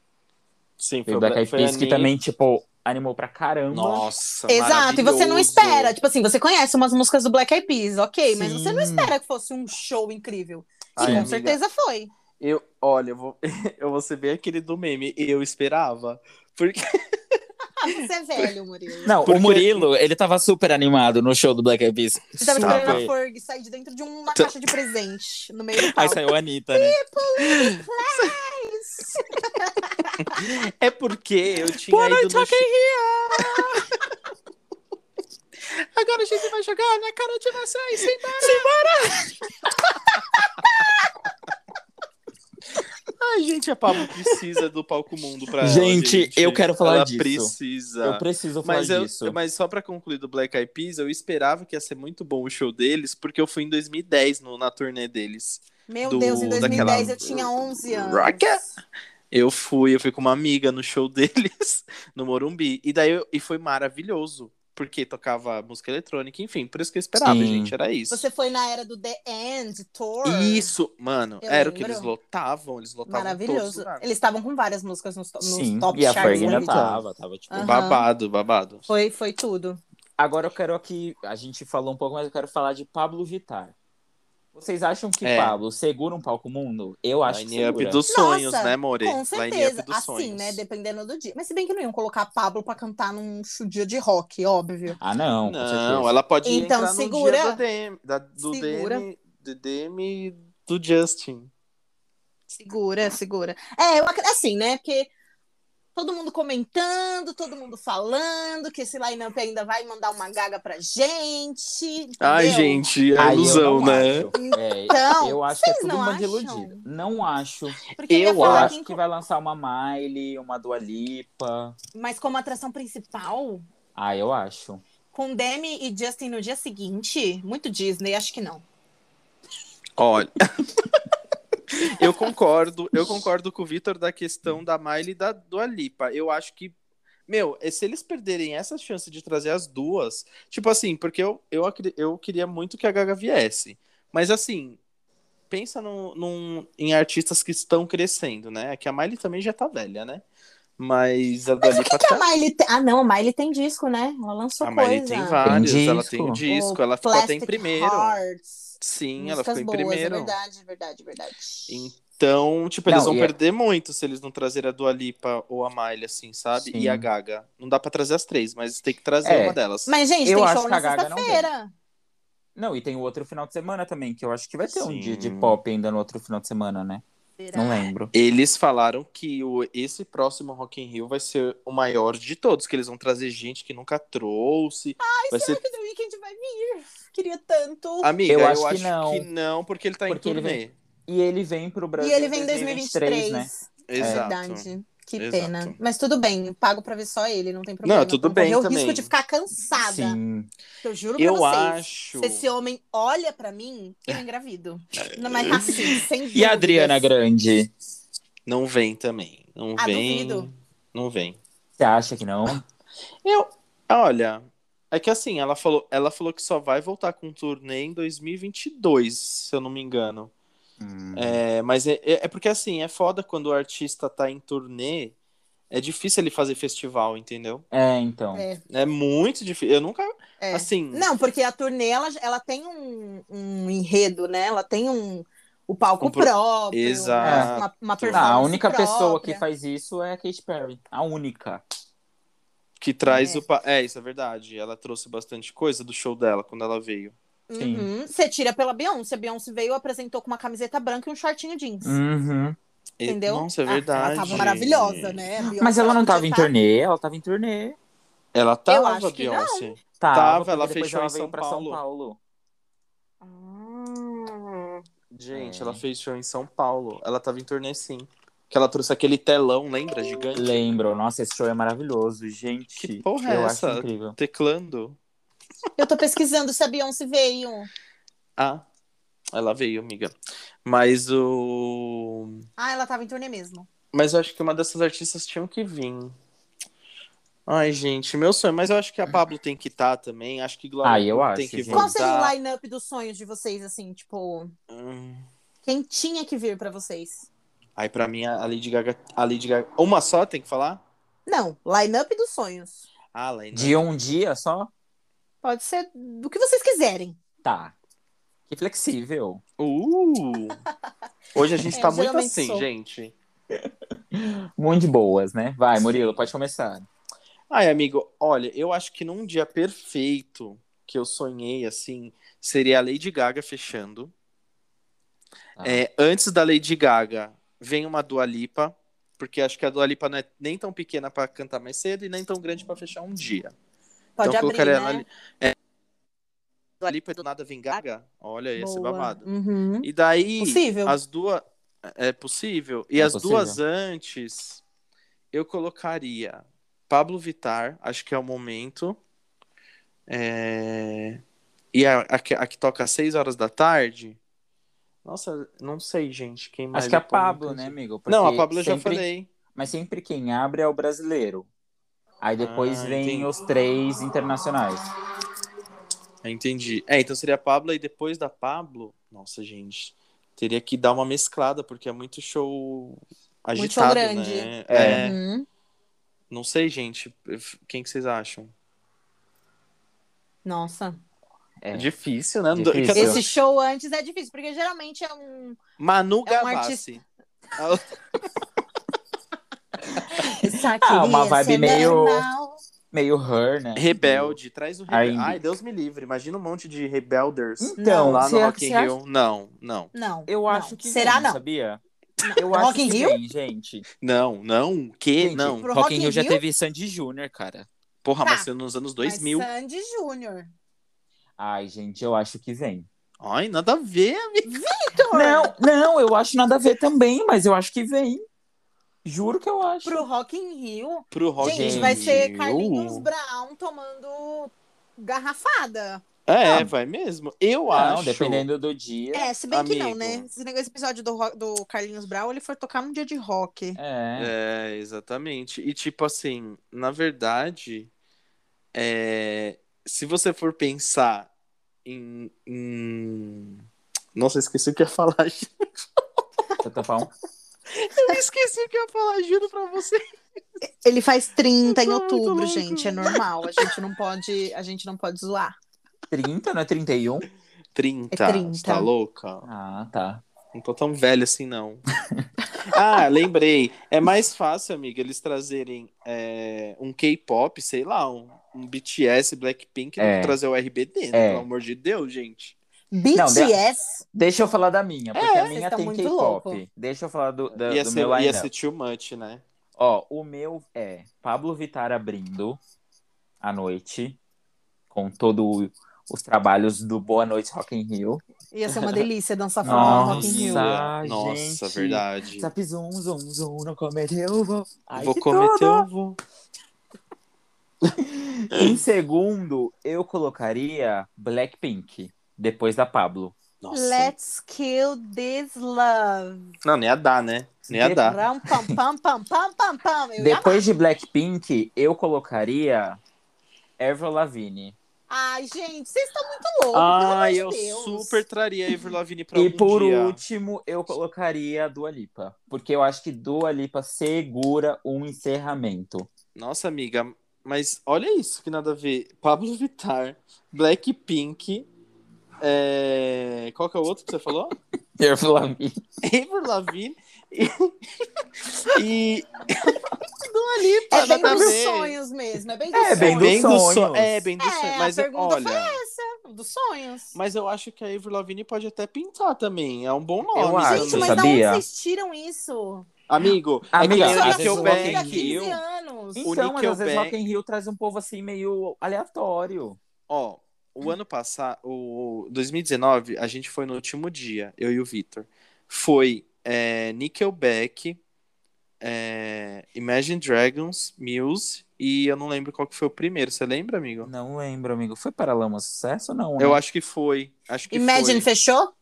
Speaker 3: Sim,
Speaker 2: Veio
Speaker 3: foi
Speaker 2: o Black Eyed
Speaker 3: foi
Speaker 2: Peas, que
Speaker 3: Anitta.
Speaker 2: também, tipo, animou pra caramba.
Speaker 3: Nossa,
Speaker 1: Exato, e você não
Speaker 3: maravilhoso.
Speaker 1: espera. Tipo assim, você conhece umas músicas do Black Eyed Peas, ok, mas
Speaker 2: Sim.
Speaker 1: você não espera que fosse um show incrível. E
Speaker 3: Ai,
Speaker 1: tipo, com
Speaker 3: amiga,
Speaker 1: certeza foi.
Speaker 3: Eu, olha, eu vou, eu vou ser bem aquele do meme. Eu esperava. Porque
Speaker 1: Ah, você é velho, Murilo.
Speaker 2: Não,
Speaker 3: Porque-
Speaker 2: o Murilo, ele tava super animado no show do Black Eyed Peas.
Speaker 1: Você tava
Speaker 2: Super.
Speaker 1: esperando a Ferg sair de dentro de uma caixa de presente no meio do
Speaker 2: Aí
Speaker 1: palco.
Speaker 2: saiu a Anitta, né?
Speaker 3: É porque eu tinha ido no show... Agora a gente vai jogar na cara de vocês, sem parar! Ai, gente, a Pablo precisa do palco mundo pra ela,
Speaker 2: Gente, eu quero falar
Speaker 3: ela
Speaker 2: disso.
Speaker 3: precisa.
Speaker 2: Eu preciso falar
Speaker 3: mas, eu-
Speaker 2: disso.
Speaker 3: mas só pra concluir do Black Eyed Peas, eu esperava que ia ser muito bom o show deles, porque eu fui em 2010 no- na turnê deles.
Speaker 1: Meu
Speaker 3: do-
Speaker 1: Deus, em 2010
Speaker 3: daquela-
Speaker 1: eu tinha 11 anos.
Speaker 3: Rocket? Eu fui, eu fui com uma amiga no show deles, no Morumbi. E daí eu- e foi maravilhoso, porque tocava música eletrônica, enfim, por isso que eu esperava,
Speaker 2: Sim.
Speaker 3: gente, era isso.
Speaker 1: Você foi na era do The End Tour.
Speaker 3: Isso, mano,
Speaker 1: Eu
Speaker 3: era
Speaker 1: lembro.
Speaker 3: o que eles lotavam, eles lotavam todos os
Speaker 1: Maravilhoso.
Speaker 3: lugares.
Speaker 1: Eles estavam com várias músicas nos, to- nos
Speaker 2: Sim,
Speaker 1: top
Speaker 2: e a
Speaker 1: charts.
Speaker 2: Ferg
Speaker 1: da
Speaker 2: ainda
Speaker 1: Billboard.
Speaker 2: tava, tava tipo...
Speaker 1: Aham.
Speaker 3: Babado, babado.
Speaker 1: Foi, foi tudo.
Speaker 2: Agora eu quero aqui, a gente falou um pouco, mas eu quero falar de Pablo Vittar. Vocês acham que
Speaker 3: É.
Speaker 2: Pablo segura um palco mundo? Eu acho que
Speaker 3: Line up
Speaker 2: segura.
Speaker 3: dos sonhos,
Speaker 1: Nossa,
Speaker 3: né, More?
Speaker 1: Com certeza.
Speaker 3: Line-up dos
Speaker 1: Assim,
Speaker 3: sonhos.
Speaker 1: né? Dependendo do dia. Mas se bem que não iam colocar Pablo pra cantar num chu- dia de rock, óbvio.
Speaker 2: Ah, não, com
Speaker 3: Não,
Speaker 2: certeza.
Speaker 3: ela pode
Speaker 1: Então,
Speaker 3: entrar
Speaker 1: segura.
Speaker 3: no dia do DM, da- do
Speaker 1: Segura.
Speaker 3: DM, do DM do Justin.
Speaker 1: Segura, segura. É, eu, ac- assim, né? Porque todo mundo comentando, todo mundo falando que esse line-up ainda vai mandar uma gaga pra gente.
Speaker 3: Ai,
Speaker 1: entendeu?
Speaker 3: gente,
Speaker 2: Aí
Speaker 3: é
Speaker 2: eu
Speaker 3: ilusão,
Speaker 2: não
Speaker 3: né?
Speaker 2: acho. É,
Speaker 1: Então,
Speaker 2: eu acho que é
Speaker 1: vocês
Speaker 2: tudo
Speaker 1: não
Speaker 2: um bando
Speaker 1: acham?
Speaker 2: de iludido. Não acho.
Speaker 1: Porque eu, ia
Speaker 3: eu
Speaker 2: Eu
Speaker 1: falar
Speaker 2: acho
Speaker 1: quem-
Speaker 2: que vai lançar uma Miley, uma Dua Lipa.
Speaker 1: Mas como atração principal,
Speaker 2: Ah, eu acho.
Speaker 1: com Demi e Justin no dia seguinte, muito Disney, acho que não.
Speaker 3: Olha. eu concordo, eu concordo com o Vitor da questão da Miley e da Dua Lipa. Eu acho que, meu, é se eles perderem essa chance de trazer as duas, tipo assim, porque eu, eu, acre- eu queria muito que a Gaga viesse. Mas assim, pensa num- num- em artistas que estão crescendo, né? É que a Miley também já tá velha, né? Mas a Dua
Speaker 1: Que
Speaker 3: Lipa tá.
Speaker 1: a Miley tem... Ah, não, a Miley tem disco, né? Ela lançou
Speaker 3: A
Speaker 1: coisa.
Speaker 3: Miley tem vários,
Speaker 2: Tem
Speaker 3: ela
Speaker 2: disco.
Speaker 3: tem o disco,
Speaker 1: O
Speaker 3: ela ficou até em
Speaker 1: Plastic
Speaker 3: primeiro.
Speaker 1: Hearts.
Speaker 3: Sim, ela
Speaker 1: Músicas
Speaker 3: ficou em
Speaker 1: boas,
Speaker 3: primeiro.
Speaker 1: É verdade, verdade, verdade.
Speaker 3: Então, tipo,
Speaker 2: Não,
Speaker 3: eles vão
Speaker 2: e é-
Speaker 3: perder muito se eles não trazerem a Dua Lipa ou a Miley, assim, sabe?
Speaker 2: Sim.
Speaker 3: E a Gaga. Não dá pra trazer as três, mas tem que trazer
Speaker 2: É.
Speaker 3: uma delas.
Speaker 1: Mas, gente,
Speaker 2: Eu
Speaker 1: tem
Speaker 2: acho
Speaker 1: show
Speaker 2: que a
Speaker 1: na
Speaker 2: Gaga não
Speaker 1: sexta-feira.
Speaker 2: Não, e tem o outro final de semana também, que eu acho que vai ter um
Speaker 3: Sim.
Speaker 2: dia de pop ainda no outro final de semana, né? Não lembro.
Speaker 3: Eles falaram que o, esse próximo Rock in Rio vai ser o maior de todos, que eles vão trazer gente que nunca trouxe.
Speaker 1: Ah,
Speaker 3: vai ser...
Speaker 1: Que The Weeknd vai vir. Queria tanto.
Speaker 2: Ah,
Speaker 3: Amiga, eu, acho, que, não. porque ele tá
Speaker 2: Porque
Speaker 3: em
Speaker 2: ele
Speaker 3: turnê.
Speaker 2: E ele vem pro
Speaker 1: e
Speaker 2: Brasil.
Speaker 1: ele vem em 2023.
Speaker 2: né?
Speaker 3: Exato.
Speaker 1: É Verdade. Que
Speaker 3: Exato.
Speaker 1: pena. Mas tudo bem, eu pago pra ver só ele, não tem problema.
Speaker 3: Não, tudo
Speaker 1: Eu corro
Speaker 3: bem
Speaker 1: o
Speaker 3: também.
Speaker 1: risco de ficar cansada.
Speaker 2: Sim.
Speaker 1: Eu juro pra
Speaker 3: Eu
Speaker 1: vocês.
Speaker 3: acho.
Speaker 1: Se esse homem olha pra mim, eu engravido. Não, mas assim, sem dúvidas.
Speaker 2: E a Adriana Grande?
Speaker 3: Não vem também. Não
Speaker 1: Ah,
Speaker 3: vem.
Speaker 1: duvido.
Speaker 3: Não vem.
Speaker 2: Você acha que não?
Speaker 3: Eu, olha, é que assim, ela falou, ela falou que só vai voltar com o turnê em 2022, se eu não me engano.
Speaker 2: Hum.
Speaker 3: É, mas é, é é porque assim, é foda quando o artista tá em turnê, é difícil ele fazer festival, entendeu?
Speaker 2: É, então.
Speaker 1: É.
Speaker 3: É muito difícil. Eu nunca,
Speaker 1: É.
Speaker 3: assim,
Speaker 1: Não, porque a turnê, ela, ela tem um, um enredo, né? Ela tem um, o palco
Speaker 3: Um pro-
Speaker 1: próprio.
Speaker 3: Exato.
Speaker 1: Uma, uma
Speaker 2: Não,
Speaker 1: performance
Speaker 2: Ah, a única
Speaker 1: própria.
Speaker 2: pessoa que faz isso é a Katy Perry. A única.
Speaker 3: que traz
Speaker 1: É.
Speaker 3: o pa- é, isso é verdade. Ela trouxe bastante coisa do show dela quando ela veio.
Speaker 2: Sim.
Speaker 1: Uhum. Você tira pela Beyoncé. A Beyoncé veio, apresentou com uma camiseta branca e um shortinho jeans.
Speaker 2: Uhum.
Speaker 3: E-
Speaker 1: Entendeu?
Speaker 3: Nossa, é
Speaker 1: Ah,
Speaker 3: verdade.
Speaker 1: Ela tava maravilhosa, né? A Beyoncé,
Speaker 2: Mas ela não tava em
Speaker 1: podia tá-
Speaker 2: turnê, ela tava em turnê.
Speaker 3: Ela tava,
Speaker 1: acho que não.
Speaker 3: Beyoncé.
Speaker 2: Tava,
Speaker 3: Tava,
Speaker 2: porque
Speaker 3: ela
Speaker 2: depois
Speaker 3: fechou em
Speaker 2: ela veio
Speaker 3: São
Speaker 2: pra
Speaker 3: Paulo.
Speaker 2: São Paulo.
Speaker 1: Ah.
Speaker 3: Gente,
Speaker 2: É.
Speaker 3: ela fez show em São Paulo. Ela tava em turnê sim. Que ela trouxe aquele telão, lembra? Gigante.
Speaker 2: Lembro, nossa, esse show é maravilhoso, gente.
Speaker 3: Que porra é
Speaker 2: eu
Speaker 3: essa?
Speaker 2: acho incrível.
Speaker 3: Teclando.
Speaker 1: Eu tô pesquisando se a Beyoncé veio.
Speaker 3: Ah, ela veio, amiga. Mas o.
Speaker 1: Ah, ela tava em turnê mesmo.
Speaker 3: Mas eu acho que uma dessas artistas tinham que vir. Ai, gente, meu sonho. Mas eu acho que a Pablo tem que estar também. Acho que Glória
Speaker 2: Ah, eu
Speaker 3: Groove
Speaker 2: acho,
Speaker 3: tem que né?
Speaker 2: gente.
Speaker 1: Qual seria o
Speaker 3: voltar.
Speaker 1: line-up dos sonhos de vocês, assim? Tipo,
Speaker 3: Hum.
Speaker 1: quem tinha que vir pra vocês?
Speaker 3: Aí, pra mim, a Lady Gaga. A Lady Gaga. Uma só tem que falar?
Speaker 1: Não, line-up dos sonhos.
Speaker 3: Ah, Lady.
Speaker 2: De um dia só?
Speaker 1: Pode ser do que vocês quiserem.
Speaker 2: Tá. Que flexível.
Speaker 3: Uh! Hoje a gente
Speaker 1: É,
Speaker 3: tá
Speaker 1: eu
Speaker 3: muito
Speaker 1: geralmente
Speaker 3: assim,
Speaker 1: sou.
Speaker 3: gente.
Speaker 2: Um Muito boas, né? Vai, Murilo, pode começar.
Speaker 3: Ai, amigo, olha, eu acho que num dia perfeito que eu sonhei, assim, seria a Lady Gaga fechando.
Speaker 2: Ah.
Speaker 3: É, antes da Lady Gaga, vem uma Dua Lipa, porque acho que a Dua Lipa não é nem tão pequena pra cantar mais cedo e nem tão grande pra fechar um dia.
Speaker 1: Pode
Speaker 3: então eu
Speaker 1: abrir,
Speaker 3: colocaria
Speaker 1: né?
Speaker 3: na li- É. Dua Lipa e do nada vem Gaga? Olha, ia ser
Speaker 1: Boa.
Speaker 3: babado.
Speaker 1: Uhum.
Speaker 3: E daí,
Speaker 1: Possível.
Speaker 3: as duas... É possível. E
Speaker 2: É
Speaker 3: as
Speaker 2: possível.
Speaker 3: duas antes, eu colocaria Pablo Vittar, acho que é o momento. É, E a, a que- a que toca às 6 horas da tarde. Nossa, não sei, gente. Quem mais
Speaker 2: Acho que é a
Speaker 3: eu ponho?
Speaker 2: Pablo, né, amigo?
Speaker 3: Não, a
Speaker 2: Porque
Speaker 3: Pablo eu já
Speaker 2: sempre-
Speaker 3: falei.
Speaker 2: Mas sempre quem abre é o brasileiro. Aí depois
Speaker 3: Ah,
Speaker 2: vem
Speaker 3: entendi.
Speaker 2: os três internacionais.
Speaker 3: Entendi. É, então seria a Pablo e depois da Pablo. Nossa, gente. Teria que dar uma mesclada, porque é muito show agitado,
Speaker 1: Muito show grande.
Speaker 3: né?
Speaker 2: É.
Speaker 3: É.
Speaker 1: Uhum.
Speaker 3: Não sei, gente. Quem que vocês acham?
Speaker 1: Nossa.
Speaker 2: É.
Speaker 3: difícil, né?
Speaker 2: Difícil. Esse-
Speaker 1: Esse show antes é difícil, porque geralmente é um.
Speaker 3: Manu
Speaker 1: É um
Speaker 3: Gavassi.
Speaker 2: Ah, uma vibe meio- Meio her, né?
Speaker 3: Rebelde, traz o
Speaker 2: Aí-
Speaker 3: rebelde. Ai, Deus me livre. Imagina um monte de rebelders
Speaker 1: Hum.
Speaker 2: Então,
Speaker 3: lá no
Speaker 2: será-
Speaker 3: Rock in
Speaker 2: será-
Speaker 3: Rio. Não, não.
Speaker 1: Não.
Speaker 2: Eu
Speaker 1: não.
Speaker 2: acho que
Speaker 1: Será
Speaker 2: vem,
Speaker 1: não?
Speaker 2: sabia? Eu
Speaker 1: Rock
Speaker 2: acho
Speaker 1: in
Speaker 2: que
Speaker 1: Rio?
Speaker 2: vem, gente.
Speaker 3: Não, não. Que?
Speaker 2: Gente,
Speaker 3: Não.
Speaker 1: Pro
Speaker 2: Rock,
Speaker 1: Rock
Speaker 2: in
Speaker 1: in
Speaker 2: Rio já
Speaker 1: Rio?
Speaker 2: teve Sandy Júnior, cara.
Speaker 3: Porra,
Speaker 1: Tá.
Speaker 3: mas mas nos anos 2000.
Speaker 1: Mas é- Sandy Júnior.
Speaker 2: Ai, gente, eu acho que vem.
Speaker 3: Ai, nada a ver.
Speaker 1: Então, é.
Speaker 2: Não, não, eu acho nada a ver também, mas eu acho que vem. Juro que eu acho.
Speaker 1: Pro Rock in Rio.
Speaker 3: Pro Rock in
Speaker 1: gente, vai ser
Speaker 3: Rio.
Speaker 1: Carlinhos Brown tomando garrafada.
Speaker 3: É,
Speaker 2: Ah.
Speaker 3: vai mesmo. Eu
Speaker 2: Não,
Speaker 3: acho.
Speaker 2: dependendo do dia.
Speaker 1: É, se bem que não,
Speaker 3: Amigo.
Speaker 1: né? Esse negócio- esse episódio do, Ro- do Carlinhos Brown, ele foi tocar num dia de rock.
Speaker 2: É.
Speaker 3: É, exatamente. E tipo assim, na verdade, é, se você for pensar em, em- Nossa, eu esqueci o que eu ia falar. Eu
Speaker 2: Deixa eu tapar um.
Speaker 3: esqueci o que eu ia falar, juro pra você.
Speaker 1: Ele faz 30 em
Speaker 3: Eu tô muito
Speaker 1: outubro,
Speaker 3: louco.
Speaker 1: gente. É normal. A gente não pode, a gente não pode zoar.
Speaker 2: 30, não é 31?
Speaker 3: 30,
Speaker 1: É 30.
Speaker 3: você tá louca?
Speaker 2: Ah, tá.
Speaker 3: Não tô tão velho assim, não. ah, lembrei. É mais fácil, amiga, eles trazerem é, um K-pop, sei lá, um, um BTS, Blackpink,
Speaker 2: É.
Speaker 3: não trazer o RBD, né?
Speaker 2: É.
Speaker 3: Pelo amor de Deus, gente.
Speaker 1: BTS?
Speaker 2: Deixa eu falar da minha, porque a
Speaker 1: vocês
Speaker 2: minha
Speaker 1: tão
Speaker 2: tem
Speaker 1: É, tá muito louco.
Speaker 2: K-pop. Deixa eu falar do, da-
Speaker 3: Ia
Speaker 2: do
Speaker 3: ser,
Speaker 2: meu
Speaker 3: ia
Speaker 2: line
Speaker 3: ser too much, né?
Speaker 2: Ó, o meu é Pablo Vittar abrindo à noite, com todos os trabalhos do Boa Noite Rock in Rio.
Speaker 1: Ia ser uma delícia dançar fora no Rock in Rio.
Speaker 2: Nossa,
Speaker 3: Nossa,
Speaker 2: gente.
Speaker 3: verdade.
Speaker 2: Zap zum, zum, zum, não cometeu, eu vou. Ai,
Speaker 3: vou
Speaker 2: que
Speaker 3: cometer
Speaker 2: tudo!
Speaker 3: eu vou.
Speaker 2: Em segundo, eu colocaria Blackpink, depois da Pablo.
Speaker 3: Nossa.
Speaker 1: Let's kill this love.
Speaker 3: Não, nem ia dar, né? Nem ia dar.
Speaker 1: Ram, pam, pam, pam, pam, pam, pam. Eu ia...
Speaker 2: Depois de Blackpink, eu colocaria Avril Lavigne.
Speaker 1: Ai, gente, vocês estão muito loucos.
Speaker 3: Ai,
Speaker 1: pelo
Speaker 3: eu
Speaker 1: amor de Deus.
Speaker 3: super traria Avril Lavigne pra
Speaker 2: E
Speaker 3: algum
Speaker 2: por
Speaker 3: dia.
Speaker 2: último, eu colocaria a Dua Lipa, porque eu acho que Dua Lipa segura um encerramento.
Speaker 3: Nossa, amiga, mas olha isso que nada a ver. Pablo Vittar, Blackpink. é, Qual que é o outro que você falou?
Speaker 2: Avril Lavigne.
Speaker 3: Avril Lavigne e. e... Dua Lipa,
Speaker 1: É bem
Speaker 3: nada a
Speaker 1: dos
Speaker 3: ver.
Speaker 1: sonhos mesmo. É bem dos
Speaker 2: É, bem
Speaker 1: sonhos.
Speaker 2: dos
Speaker 3: Bem do
Speaker 2: sonhos.
Speaker 3: sonho. É, bem do
Speaker 1: É,
Speaker 3: sonho.
Speaker 1: a
Speaker 3: Mas
Speaker 1: pergunta
Speaker 3: olha.
Speaker 1: foi Dos sonhos.
Speaker 3: Mas eu acho que a Avril Lavigne pode até pintar também. É um bom nome.
Speaker 2: Eu acho,
Speaker 1: Gente, mas da onde
Speaker 2: sabia?
Speaker 1: vocês tiram isso?
Speaker 3: Amigo,
Speaker 2: Amiga,
Speaker 1: Isso
Speaker 3: é que nem
Speaker 2: às
Speaker 3: o
Speaker 1: já
Speaker 2: vezes
Speaker 1: foi
Speaker 2: o
Speaker 3: Nickelback,
Speaker 1: feito há
Speaker 2: Rock in
Speaker 1: 15
Speaker 3: eu-
Speaker 1: anos.
Speaker 3: O
Speaker 2: Então, mas às vezes
Speaker 3: Nickelback-
Speaker 2: Rock in Rio traz um povo assim meio aleatório.
Speaker 3: Ó, o ano passado, o o 2019, a gente foi no último dia, eu e o Victor. Foi é, Nickelback, é, Imagine Dragons, Muse, e eu não lembro qual que foi o primeiro. Você lembra, amigo?
Speaker 2: Não lembro, amigo. Foi Paralama Sucesso ou não?
Speaker 3: Eu
Speaker 2: né?
Speaker 3: acho que foi. Acho que
Speaker 1: Imagine
Speaker 3: foi.
Speaker 1: fechou?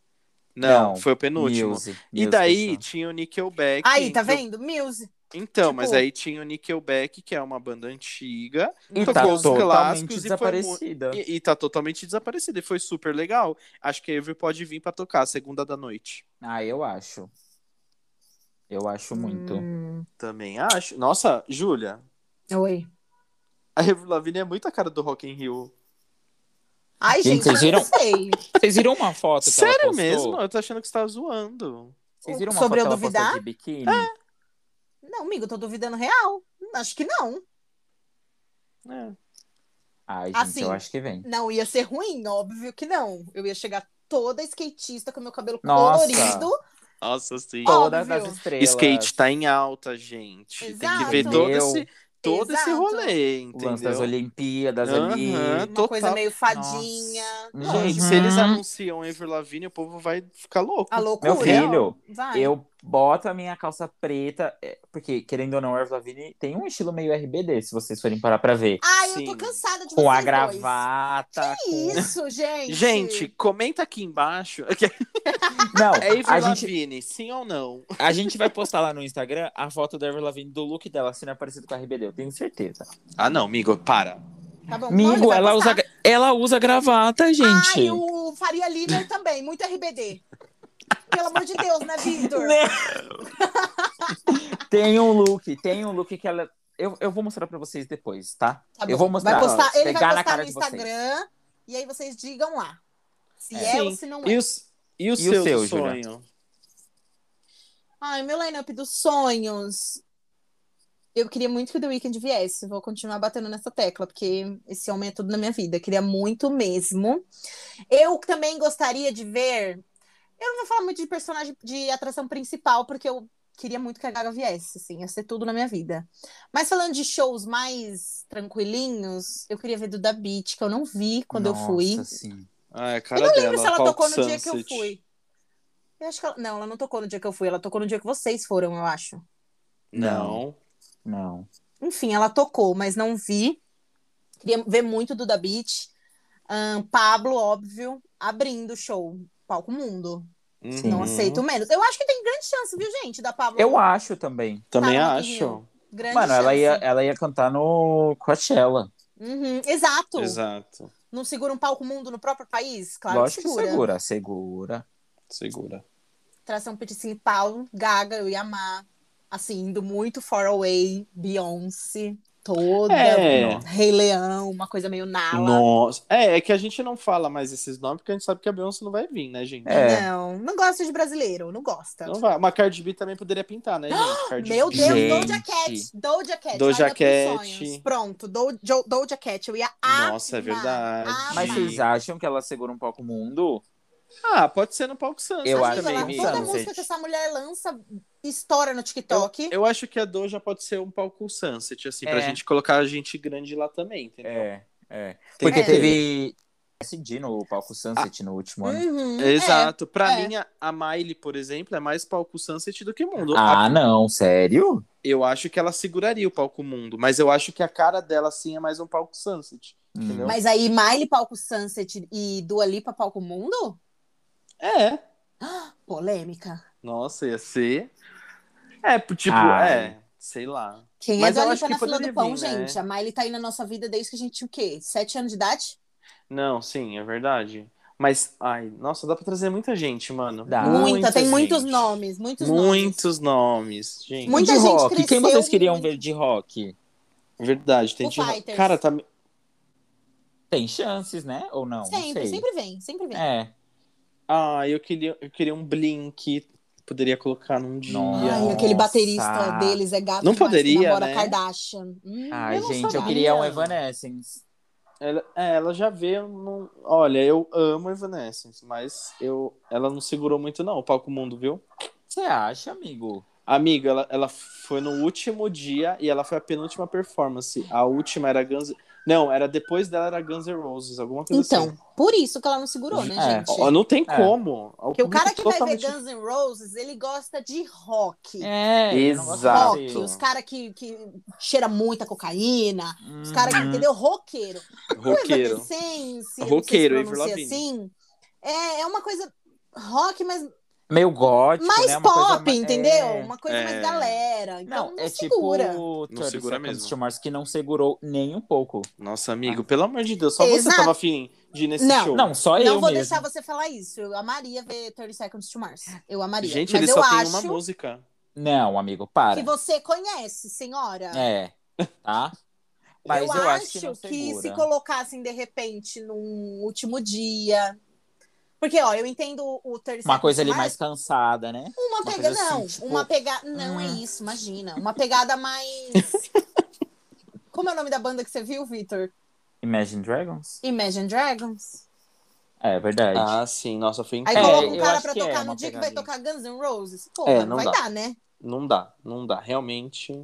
Speaker 3: Não,
Speaker 2: Não,
Speaker 3: foi o penúltimo.
Speaker 2: Muse,
Speaker 3: E
Speaker 2: Muse
Speaker 3: daí
Speaker 2: Fechado.
Speaker 3: tinha o Nickelback.
Speaker 1: Aí, tá
Speaker 3: do-
Speaker 1: vendo? Muse.
Speaker 3: Então,
Speaker 1: Tipo-
Speaker 3: mas aí tinha o Nickelback, que é uma banda antiga.
Speaker 2: E
Speaker 3: Tocou
Speaker 2: tá
Speaker 3: os
Speaker 2: totalmente
Speaker 3: clássicos e foi mu-
Speaker 2: desaparecida.
Speaker 3: E, e tá totalmente desaparecida. E foi super legal. Acho que a Avery pode vir pra tocar segunda da noite.
Speaker 2: Ah, eu acho. Eu acho muito.
Speaker 1: Hum,
Speaker 3: Também acho. Nossa, Júlia,
Speaker 1: Oi.
Speaker 3: a Avril Lavigne é muito a cara do Rock in Rio.
Speaker 1: Ai,
Speaker 2: Gente,
Speaker 1: gente,
Speaker 2: vocês
Speaker 1: eu
Speaker 2: viram?
Speaker 1: não sei.
Speaker 2: Vocês viram uma foto que ela
Speaker 3: Sério
Speaker 2: postou?
Speaker 3: mesmo? Eu tô achando que você tá zoando.
Speaker 2: Vocês viram uma
Speaker 1: Sobre
Speaker 2: foto
Speaker 1: eu
Speaker 2: que ela postou
Speaker 1: duvidar? É.
Speaker 2: de biquíni?
Speaker 1: Não, amigo, tô duvidando real. Acho que não.
Speaker 3: É.
Speaker 2: Ai, gente,
Speaker 1: Assim,
Speaker 2: eu acho que vem.
Speaker 1: Não ia ser ruim, óbvio que não. Eu ia chegar toda skatista com meu cabelo
Speaker 2: Nossa.
Speaker 1: colorido.
Speaker 3: Nossa, sim.
Speaker 1: Ó,
Speaker 2: Todas
Speaker 1: óbvio.
Speaker 2: as estrelas.
Speaker 3: Skate tá em alta, gente. Tem que ver
Speaker 1: Exato.
Speaker 3: todo
Speaker 2: Entendeu?
Speaker 3: esse, todo esse
Speaker 1: Exato.
Speaker 3: rolê,
Speaker 2: O lance das
Speaker 3: entendeu?
Speaker 2: Olimpíadas ali.
Speaker 1: Uma
Speaker 3: Aham.
Speaker 1: coisa
Speaker 3: total.
Speaker 1: meio fadinha.
Speaker 2: Nossa.
Speaker 3: Gente,
Speaker 2: Uhum.
Speaker 3: se eles anunciam Avril Lavigne, o povo vai ficar louco.
Speaker 1: A loucura.
Speaker 2: Meu filho,
Speaker 1: ó. Vai.
Speaker 2: Eu boto a minha calça preta, é, porque, querendo ou não, a Avril Lavigne tem um estilo meio RBD, se vocês forem parar pra ver.
Speaker 1: Ai, eu
Speaker 3: Sim.
Speaker 1: tô cansada de
Speaker 2: Com a
Speaker 1: vocês
Speaker 2: gravata.
Speaker 1: dois. Que
Speaker 2: com-
Speaker 1: isso, gente?
Speaker 3: Gente, comenta aqui embaixo.
Speaker 2: Não,
Speaker 3: É Avril
Speaker 2: a gente,
Speaker 3: Lavigne, sim ou não?
Speaker 2: a gente vai postar lá no Instagram a foto da Avril Lavigne do look dela, se não é parecido com a RBD, eu tenho certeza.
Speaker 3: Ah, não, amigo, para.
Speaker 1: Tá bom,
Speaker 2: Migo,
Speaker 1: pode
Speaker 2: ela é
Speaker 1: passar.
Speaker 2: usa, ela usa gravata, gente.
Speaker 1: Ai, o Faria Limer também, muito RBD. Pelo amor de Deus, né, Vitor?
Speaker 2: Tem um look, tem um look que ela... Eu, eu vou mostrar pra vocês depois, tá?
Speaker 1: Tá
Speaker 2: eu
Speaker 1: bom.
Speaker 2: vou mostrar.
Speaker 1: Vai postar, ele
Speaker 2: pegar
Speaker 1: vai postar
Speaker 2: na cara
Speaker 1: no
Speaker 2: de vocês.
Speaker 1: Instagram e aí vocês digam lá. Se
Speaker 2: É.
Speaker 1: é, ou
Speaker 3: Sim.
Speaker 1: se não é.
Speaker 3: E, os, e, os
Speaker 2: E o
Speaker 3: seus
Speaker 2: seu,
Speaker 3: sonho?
Speaker 1: Ai, meu lineup dos sonhos. Eu queria muito que o The Weeknd viesse. Vou continuar batendo nessa tecla, porque esse homem é tudo na minha vida. Queria muito mesmo. Eu também gostaria de ver. Eu não vou falar muito de personagem de atração principal, porque eu queria muito que a Gaga viesse, assim, ia ser tudo na minha vida. Mas falando de shows mais tranquilinhos, eu queria ver do Da Beat, que eu não vi quando eu fui.
Speaker 2: Nossa, sim.
Speaker 3: Ah, é a
Speaker 1: Eu
Speaker 3: cara
Speaker 1: não
Speaker 3: dela,
Speaker 1: lembro se ela
Speaker 3: Paul
Speaker 1: tocou no dia que eu
Speaker 3: Sunset.
Speaker 1: fui. Eu acho que ela... Não, ela não tocou no dia que eu fui. Ela tocou no dia que vocês foram, eu acho.
Speaker 3: Não.
Speaker 2: Não.
Speaker 1: Enfim, ela tocou, mas não vi. Queria ver muito do Da Beat. Ahn, Pablo, óbvio, abrindo o show. Palco Mundo.
Speaker 3: Uhum.
Speaker 1: Não aceito menos. Eu acho que tem grande chance, viu, gente, da Pablo.
Speaker 2: Eu acho também.
Speaker 3: Também
Speaker 1: Tá,
Speaker 3: acho.
Speaker 1: amiguinho. Grande
Speaker 2: Mano, ela
Speaker 1: chance.
Speaker 2: ia, ela ia cantar no Coachella.
Speaker 1: Uhum, Exato.
Speaker 3: Exato.
Speaker 1: Não segura um palco mundo no próprio país? Claro
Speaker 2: Lógico
Speaker 1: que segura.
Speaker 2: que segura, segura.
Speaker 3: Segura.
Speaker 1: Tração principal, um Gaga, eu ia amar. Assim, indo muito far away, Beyoncé, toda.
Speaker 3: É.
Speaker 1: Rei Leão, uma coisa meio nala.
Speaker 3: Nossa. É, é que a gente não fala mais esses nomes, porque a gente sabe que a Beyoncé não vai vir, né, gente?
Speaker 2: É.
Speaker 1: Não, não gosta de brasileiro, não gosta.
Speaker 3: Não vai. Uma Cardi B também poderia pintar, né, gente? Cardi
Speaker 1: É. Meu
Speaker 3: B.
Speaker 1: Deus, é?
Speaker 2: Gente.
Speaker 1: Doja Cat, Doja Cat.
Speaker 3: Doja
Speaker 1: lineup dos
Speaker 3: Cat.
Speaker 1: sonhos. Pronto, Do, Jo- Doja Cat, eu ia amar.
Speaker 3: Nossa, é verdade.
Speaker 1: amar.
Speaker 2: Mas
Speaker 3: Sim.
Speaker 2: vocês acham que ela segura um pouco o mundo?
Speaker 3: Ah, pode ser no palco Sunset
Speaker 2: Eu
Speaker 1: Amigo,
Speaker 2: acho
Speaker 1: ela-
Speaker 3: também,
Speaker 2: que é
Speaker 1: Toda
Speaker 2: sim.
Speaker 3: amiga.
Speaker 1: música que essa mulher lança estoura no TikTok.
Speaker 3: Eu acho que a Doja pode ser um palco Sunset, assim, pra
Speaker 2: É.
Speaker 3: gente colocar a gente grande lá também, entendeu?
Speaker 2: É, é.
Speaker 3: Tem
Speaker 2: Porque
Speaker 1: que
Speaker 3: ter.
Speaker 2: teve SD no palco Sunset no último ano.
Speaker 1: Uhum, é.
Speaker 3: Exato. Pra
Speaker 1: é.
Speaker 3: mim, a- a Miley, por exemplo, é mais palco Sunset do que mundo. A-
Speaker 2: Ah, não, sério?
Speaker 3: Eu acho que ela seguraria o palco mundo, mas eu acho que a cara dela, sim, é mais um palco Sunset.
Speaker 2: Hum.
Speaker 3: Entendeu?
Speaker 1: É. Mas aí, Miley, palco Sunset e Dua Lipa, palco Mundo?
Speaker 3: É.
Speaker 1: Polêmica.
Speaker 3: Nossa, ia ser. É, p- tipo,
Speaker 2: Ah.
Speaker 3: é. Sei lá.
Speaker 1: Quem
Speaker 3: Mas
Speaker 1: é
Speaker 3: eu
Speaker 1: Dua
Speaker 3: acho
Speaker 1: Lipa
Speaker 3: que
Speaker 1: na fila
Speaker 3: poderia
Speaker 1: do pão,
Speaker 3: vir, né?
Speaker 1: gente? A Miley tá aí na nossa vida desde que a gente tinha o quê? Sete anos de idade?
Speaker 3: Não, sim, é verdade. Mas, ai, nossa, dá pra trazer muita gente, mano.
Speaker 2: Dá. Ah,
Speaker 1: Muita, tem
Speaker 3: gente.
Speaker 1: muitos nomes, muitos nomes.
Speaker 3: Muitos nomes, gente.
Speaker 1: Muito- muita
Speaker 2: de
Speaker 1: gente
Speaker 2: rock. Quem
Speaker 1: cresceu
Speaker 2: vocês queriam
Speaker 1: muito.
Speaker 2: ver de rock?
Speaker 3: É Verdade, tem
Speaker 1: Foo Fighters.
Speaker 3: Cara, tá.
Speaker 2: Tem chances, né? Ou não? não
Speaker 1: Sempre,
Speaker 2: sei.
Speaker 1: sempre vem, sempre vem.
Speaker 2: É.
Speaker 3: Ah, eu queria, eu queria um Blink. Poderia colocar num dia.
Speaker 2: Nossa.
Speaker 1: Ai, aquele baterista deles é gato.
Speaker 3: Não
Speaker 1: demais, que
Speaker 3: poderia,
Speaker 1: namora
Speaker 3: né?
Speaker 1: Kardashian. Hum,
Speaker 2: Ai,
Speaker 1: não
Speaker 2: gente, eu
Speaker 1: sabia.
Speaker 2: queria um Evanescence.
Speaker 3: Ela, é, ela já vê. num- Olha, eu amo Evanescence, mas eu, ela não segurou muito, não, o palco mundo, viu?
Speaker 2: Você acha, amigo?
Speaker 3: Amiga, ela, ela foi no último dia e ela foi a penúltima performance. A última era Guns. Não, era depois dela era Guns N' Roses, alguma coisa assim.
Speaker 1: Então, por isso que ela não segurou, né,
Speaker 2: É.
Speaker 1: gente?
Speaker 3: Ó, Não tem
Speaker 2: É.
Speaker 3: como.
Speaker 1: Porque o cara que vai ver
Speaker 3: Totalmente-
Speaker 1: Guns N' Roses, ele gosta de rock.
Speaker 2: É, eu não gosto de
Speaker 3: Exato.
Speaker 1: Rock,
Speaker 2: ser.
Speaker 1: os caras que, que cheira muita cocaína, os caras que,
Speaker 2: Uhum.
Speaker 1: entendeu? Roqueiro.
Speaker 3: Roqueiro.
Speaker 1: O Evanescence, eu
Speaker 3: Roqueiro,
Speaker 1: não sei se pronuncia
Speaker 3: Avril
Speaker 1: assim. É, é uma coisa rock, mas
Speaker 2: Meio gótico,
Speaker 1: mais
Speaker 2: É, tipo, né? Uma coisa
Speaker 1: pop,
Speaker 2: ma-
Speaker 1: entendeu?
Speaker 2: É.
Speaker 1: Uma coisa
Speaker 3: é.
Speaker 1: mais galera. Então
Speaker 2: Não,
Speaker 1: não,
Speaker 2: é
Speaker 1: segura.
Speaker 2: tipo
Speaker 3: Não segura mesmo.
Speaker 2: Mars, que não segurou nem um pouco.
Speaker 3: Nossa, amigo, pelo amor de Deus, só você
Speaker 1: Exato.
Speaker 3: tava afim de ir nesse
Speaker 1: Não,
Speaker 3: show.
Speaker 2: Não, só eu
Speaker 1: Não vou
Speaker 2: mesmo.
Speaker 1: deixar você falar isso. Eu amaria ver 30 Seconds to Mars. Eu amaria.
Speaker 3: Gente,
Speaker 1: Mas
Speaker 3: ele
Speaker 1: eu
Speaker 3: só
Speaker 1: acho
Speaker 3: tem uma música.
Speaker 2: Não, amigo, para.
Speaker 1: que você conhece, senhora.
Speaker 2: É, tá? Mas eu, acho que não
Speaker 1: que
Speaker 2: segura.
Speaker 1: se colocassem de repente num último dia. Porque, ó, eu entendo o terceiro.
Speaker 2: Uma coisa ali mais cansada, né?
Speaker 1: Uma
Speaker 2: uma
Speaker 1: pega...
Speaker 2: coisa assim,
Speaker 1: não,
Speaker 2: tipo,
Speaker 1: uma pegada. Não é
Speaker 2: hum.
Speaker 1: isso, imagina. Uma pegada mais. Como é o nome da banda que você viu, Vitor?
Speaker 2: Imagine Dragons?
Speaker 1: Imagine Dragons?
Speaker 2: É verdade.
Speaker 3: Ah, sim, nossa, foi
Speaker 1: Aí
Speaker 2: É,
Speaker 1: coloca um
Speaker 2: eu
Speaker 1: cara
Speaker 2: acho
Speaker 1: pra
Speaker 2: que é
Speaker 1: tocar
Speaker 2: uma
Speaker 1: no dia que vai
Speaker 2: pegadinha.
Speaker 1: tocar Guns N' Roses. Pô,
Speaker 3: É,
Speaker 1: não,
Speaker 3: não
Speaker 1: vai
Speaker 3: dá.
Speaker 1: dar, né?
Speaker 3: Não dá, não dá. Realmente.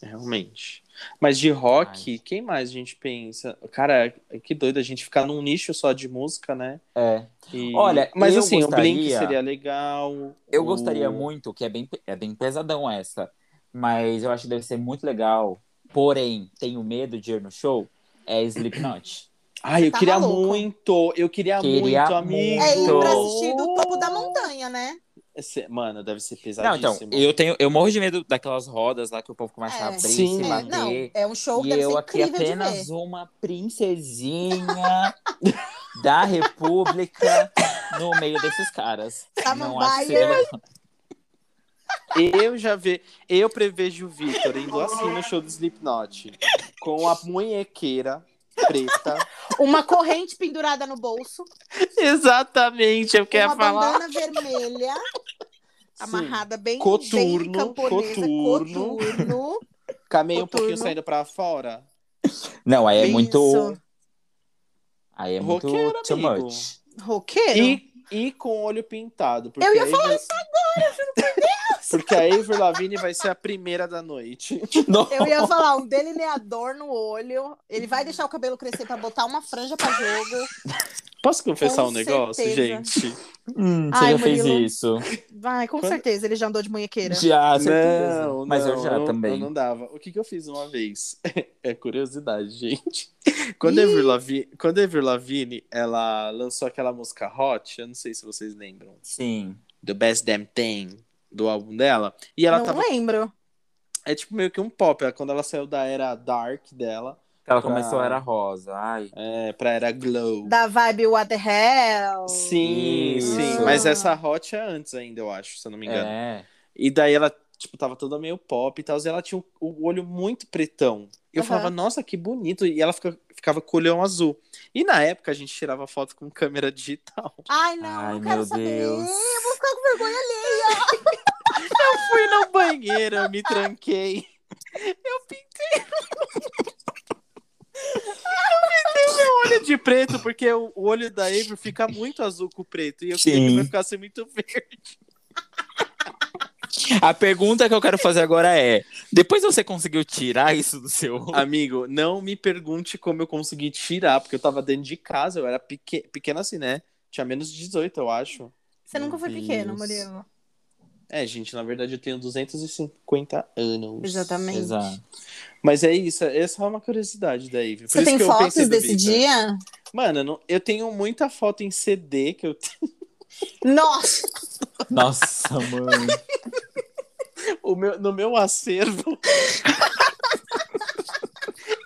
Speaker 3: Realmente. Mas de rock, quem mais a gente pensa? Cara, que doido a gente ficar num nicho só de música, né?
Speaker 2: É.
Speaker 3: E-
Speaker 2: Olha,
Speaker 3: mas
Speaker 2: eu
Speaker 3: assim,
Speaker 2: gostaria-
Speaker 3: o Blink seria legal.
Speaker 2: Eu
Speaker 3: o-
Speaker 2: gostaria muito, que é bem, é bem pesadão essa, mas eu acho que deve ser muito legal. Porém, tenho medo de ir no show. É Slipknot.
Speaker 3: Ai, eu
Speaker 1: Tá
Speaker 3: queria
Speaker 1: maluco.
Speaker 3: muito, eu queria,
Speaker 2: Queria
Speaker 3: muito, amigo.
Speaker 2: muito.
Speaker 1: É ir pra
Speaker 2: Então-
Speaker 1: assistir do topo da montanha, né?
Speaker 3: Esse- Mano, deve ser
Speaker 2: Não,
Speaker 3: pesadíssimo.
Speaker 2: então, eu tenho, eu morro de medo daquelas rodas lá que o povo começa
Speaker 1: É.
Speaker 2: a abrir,
Speaker 3: Sim.
Speaker 2: se
Speaker 3: É,
Speaker 1: É,
Speaker 2: bater.
Speaker 1: não, é um show que
Speaker 2: E
Speaker 1: deve
Speaker 2: eu
Speaker 1: ser
Speaker 2: aqui
Speaker 1: incrível de
Speaker 2: apenas
Speaker 1: ver.
Speaker 2: uma princesinha da República no meio desses caras.
Speaker 1: Tá
Speaker 2: Não acho que seria
Speaker 1: Samambaia.
Speaker 2: legal.
Speaker 3: Eu já ve... eu prevejo o Vitor indo assim no show do Slipknot com a munhequeira preta.
Speaker 1: Uma corrente pendurada no bolso,
Speaker 3: Exatamente, eu assim.
Speaker 1: uma bandana vermelha amarrada bem,
Speaker 3: Coturno,
Speaker 1: bem camponesa,
Speaker 3: coturno.
Speaker 1: coturno.
Speaker 3: Caminha um pouquinho
Speaker 1: Coturno.
Speaker 3: saindo pra fora.
Speaker 2: Não, aí é
Speaker 1: Isso.
Speaker 2: muito. Aí é muito
Speaker 3: Roqueiro,
Speaker 2: too
Speaker 3: amigo.
Speaker 2: much.
Speaker 1: Roqueiro.
Speaker 3: E, e com o olho pintado. Porque
Speaker 1: Eu ia
Speaker 3: a
Speaker 1: falar
Speaker 3: Avril- Porque a Avril Lavigne vai ser a primeira da noite.
Speaker 1: Eu ia falar um delineador no olho. Ele vai deixar o cabelo crescer pra botar uma franja pra jogo.
Speaker 3: Posso confessar
Speaker 1: Com
Speaker 3: um negócio,
Speaker 1: certeza.
Speaker 3: gente?
Speaker 2: Hum, você
Speaker 1: Ai,
Speaker 2: já fez
Speaker 1: Murilo.
Speaker 2: isso.
Speaker 1: Vai, com
Speaker 3: Quando- Um
Speaker 1: certeza ele já andou de munhequeira.
Speaker 2: Já, certeza.
Speaker 3: Não,
Speaker 2: Mas eu
Speaker 3: não,
Speaker 2: já também.
Speaker 3: Eu não dava. O que, que eu fiz uma vez? É curiosidade, gente. Quando a Avril Lavigne, quando a Avril Lavigne, ela lançou aquela música Hot, eu não sei se vocês lembram.
Speaker 2: Sim.
Speaker 3: The Best Damn Thing, do álbum dela. E ela
Speaker 1: não
Speaker 3: tava
Speaker 1: lembro.
Speaker 3: É tipo meio que um pop. ela- Quando ela saiu da era dark dela,
Speaker 2: Ela
Speaker 3: Pra-
Speaker 2: começou era rosa. Ai.
Speaker 3: é, pra era glow.
Speaker 1: Da vibe What the Hell.
Speaker 3: Sim,
Speaker 2: Isso.
Speaker 3: sim. Mas essa hot é antes ainda, eu acho, se eu não me engano.
Speaker 2: É.
Speaker 3: E daí ela, tipo, tava toda meio pop e tal. E ela tinha o, o olho muito pretão. E eu
Speaker 1: Aham.
Speaker 3: falava, nossa, que bonito. E ela fica- ficava com o olhão azul. E na época a gente tirava foto com câmera digital.
Speaker 1: Ai, não,
Speaker 2: Ai,
Speaker 1: não quero
Speaker 2: meu
Speaker 1: saber.
Speaker 2: Deus.
Speaker 1: Eu vou ficar com vergonha ali.
Speaker 3: Fui no banheiro, eu me tranquei. Eu pintei. Eu pintei meu olho de preto, porque o o olho da Avery fica muito azul com o preto. E eu queria que
Speaker 2: Sim.
Speaker 3: ele ficasse muito verde.
Speaker 2: A pergunta que eu quero fazer agora é: depois você conseguiu tirar isso do seu.
Speaker 3: Amigo, não me pergunte como eu consegui tirar, porque eu tava dentro de casa, eu era peque... pequeno assim, né? Tinha menos de 18, eu acho.
Speaker 1: Você
Speaker 2: Meu
Speaker 1: nunca foi
Speaker 2: Deus.
Speaker 1: pequeno, Murilo.
Speaker 3: É, gente, na verdade eu tenho 250 anos.
Speaker 1: Exatamente.
Speaker 2: Exato.
Speaker 3: Mas é isso, essa é uma curiosidade da Avery. Por
Speaker 1: Você
Speaker 3: isso
Speaker 1: tem
Speaker 3: que eu pensei né?
Speaker 1: fotos
Speaker 3: do
Speaker 1: desse
Speaker 3: Victor.
Speaker 1: dia?
Speaker 3: Mano, eu não- eu tenho muita foto em CD que eu
Speaker 1: Nossa!
Speaker 2: Nossa, mãe.
Speaker 3: O meu, no meu acervo.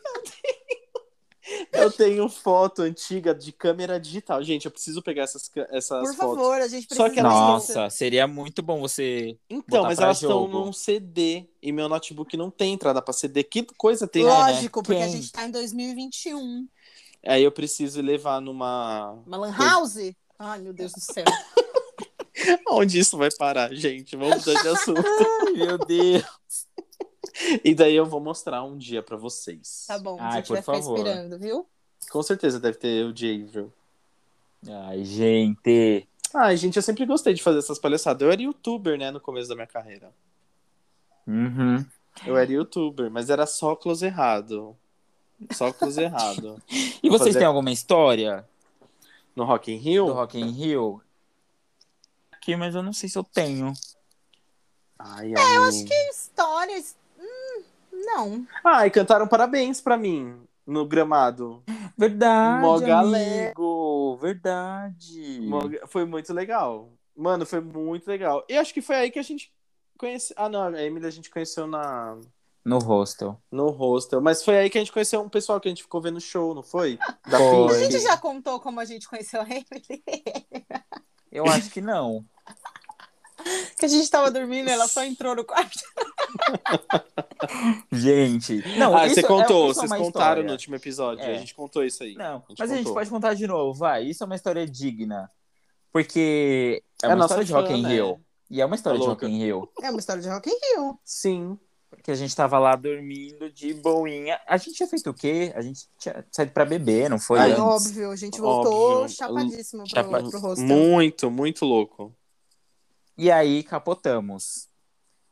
Speaker 3: eu, tenho, eu tenho foto antiga de câmera digital. Gente, eu preciso pegar essas, ca- essas
Speaker 1: Por
Speaker 3: fotos.
Speaker 1: favor, a gente precisa.
Speaker 3: Só que elas não-
Speaker 1: disso.
Speaker 2: Nossa, seria muito bom você.
Speaker 3: Então,
Speaker 2: botar
Speaker 3: mas
Speaker 2: pra
Speaker 3: elas estão
Speaker 2: jogo.
Speaker 3: num CD. E meu notebook não tem entrada pra CD. Que coisa tem, né?
Speaker 1: Lógico, porque a
Speaker 2: Quem?
Speaker 1: gente tá em 2021.
Speaker 3: Aí eu preciso levar numa.
Speaker 1: Uma Lan House? Ai, meu Deus do céu.
Speaker 3: Onde isso vai parar, gente? Vamos mudar de assunto.
Speaker 2: Ai, meu Deus.
Speaker 3: e daí eu vou mostrar um dia pra vocês.
Speaker 1: Tá bom, a
Speaker 2: Ai,
Speaker 1: gente vai
Speaker 2: por
Speaker 1: ficar
Speaker 2: favor.
Speaker 1: esperando, viu?
Speaker 3: Com certeza deve ter o de Avril.
Speaker 2: Ai, gente.
Speaker 3: Ai, gente, eu sempre gostei de fazer essas palhaçadas. Eu era youtuber, né, no começo da minha carreira.
Speaker 2: Uhum.
Speaker 3: Eu era youtuber, mas era só close errado. Só close errado.
Speaker 2: E vocês
Speaker 3: fazer-
Speaker 2: têm alguma história
Speaker 3: No Rock in
Speaker 2: do
Speaker 3: Rio?
Speaker 2: Rock in Rio? Aqui, mas eu não sei se eu tenho.
Speaker 3: Ai, é, eu acho que...
Speaker 1: Histórias. Hum, não.
Speaker 3: Ai, Ah, cantaram parabéns pra mim no gramado.
Speaker 2: Verdade.
Speaker 3: Mó
Speaker 2: amigo.
Speaker 3: galera.
Speaker 2: Verdade.
Speaker 3: Mó- Foi muito legal. Mano, foi muito legal. E acho que foi aí que a gente conheceu... Ah, não, a Emily a gente conheceu na...
Speaker 2: No hostel.
Speaker 3: no hostel. Mas foi aí que a gente conheceu um pessoal que a gente ficou vendo show, não foi?
Speaker 2: Ah,
Speaker 3: Da
Speaker 2: Foi.
Speaker 1: A
Speaker 3: Pink.
Speaker 1: gente já contou como a gente conheceu a Emily.
Speaker 2: Eu acho que não.
Speaker 1: Que a gente tava dormindo, ela só entrou no quarto.
Speaker 2: gente. Não,
Speaker 3: ah,
Speaker 2: isso
Speaker 3: você
Speaker 2: é-
Speaker 3: contou,
Speaker 2: isso é
Speaker 3: vocês
Speaker 2: uma
Speaker 3: contaram
Speaker 2: história.
Speaker 3: no último episódio.
Speaker 2: É.
Speaker 3: A gente contou isso aí.
Speaker 2: Não,
Speaker 3: gente
Speaker 2: mas a gente
Speaker 3: contou.
Speaker 2: pode contar de novo, vai. Isso é uma história digna. Porque é
Speaker 3: É
Speaker 2: uma
Speaker 3: nossa
Speaker 2: é história de
Speaker 3: fã,
Speaker 2: Rock in
Speaker 3: né?
Speaker 2: Rio. E é uma história
Speaker 3: Tá
Speaker 2: de
Speaker 3: louca.
Speaker 2: Rock in Rio.
Speaker 1: É uma história de Rock in Rio.
Speaker 3: Sim.
Speaker 2: que a gente tava lá dormindo de boinha. A gente tinha feito o quê? A gente tinha saído pra beber, não foi?
Speaker 1: Aí,
Speaker 2: antes?
Speaker 1: óbvio, a gente voltou
Speaker 3: Óbvio. Um
Speaker 1: chapadíssimo pro,
Speaker 2: Chapa-
Speaker 1: pro rosto.
Speaker 3: Muito, muito louco.
Speaker 2: E aí capotamos.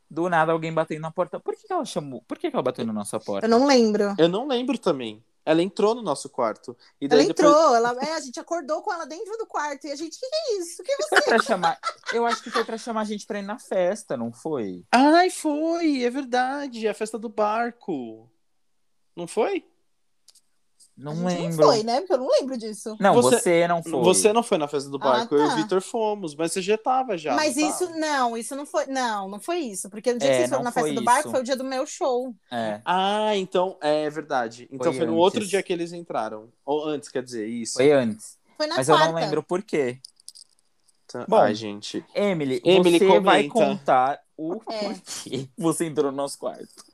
Speaker 2: Do nada alguém bateu na porta. Por que, que ela chamou? Por que, que ela bateu na nossa porta?
Speaker 1: Eu não lembro.
Speaker 3: Eu não lembro também. Ela entrou no nosso quarto. E daí
Speaker 1: Ela
Speaker 3: depois-
Speaker 1: entrou, ela, é, a gente acordou com ela dentro do quarto. E a gente, o que, que é isso? Que você...
Speaker 2: Foi pra chamar. Eu acho que foi pra chamar a gente pra ir na festa, não foi?
Speaker 3: Ai, foi, é verdade. A festa do barco. Não foi?
Speaker 2: Não
Speaker 1: A gente
Speaker 2: lembro.
Speaker 1: Não foi, né? Porque eu não lembro disso.
Speaker 2: Não,
Speaker 3: Você-
Speaker 2: você, não foi.
Speaker 3: Você não foi na festa do barco. Eu e o
Speaker 1: tá.
Speaker 3: Vitor fomos, mas você já tava já.
Speaker 1: Mas
Speaker 3: não
Speaker 1: isso,
Speaker 3: tava?
Speaker 1: não, isso não foi. Não, não foi isso. Porque no dia
Speaker 2: É,
Speaker 1: que vocês foram
Speaker 2: não
Speaker 1: na festa
Speaker 2: foi
Speaker 1: do barco
Speaker 2: isso.
Speaker 1: foi o dia do meu show.
Speaker 2: É,
Speaker 3: Ah, então é verdade. Então foi,
Speaker 2: Foi
Speaker 3: no
Speaker 2: antes.
Speaker 3: outro dia que eles entraram. Ou antes, quer dizer, isso.
Speaker 2: foi antes.
Speaker 1: Foi na
Speaker 2: Mas
Speaker 1: quarta.
Speaker 2: eu não lembro por quê.
Speaker 3: Tá-
Speaker 2: Bom.
Speaker 3: Ai, gente.
Speaker 2: Emily,
Speaker 3: Emily,
Speaker 2: você
Speaker 3: comenta.
Speaker 2: vai contar o
Speaker 1: É.
Speaker 2: porquê você entrou no nosso quarto.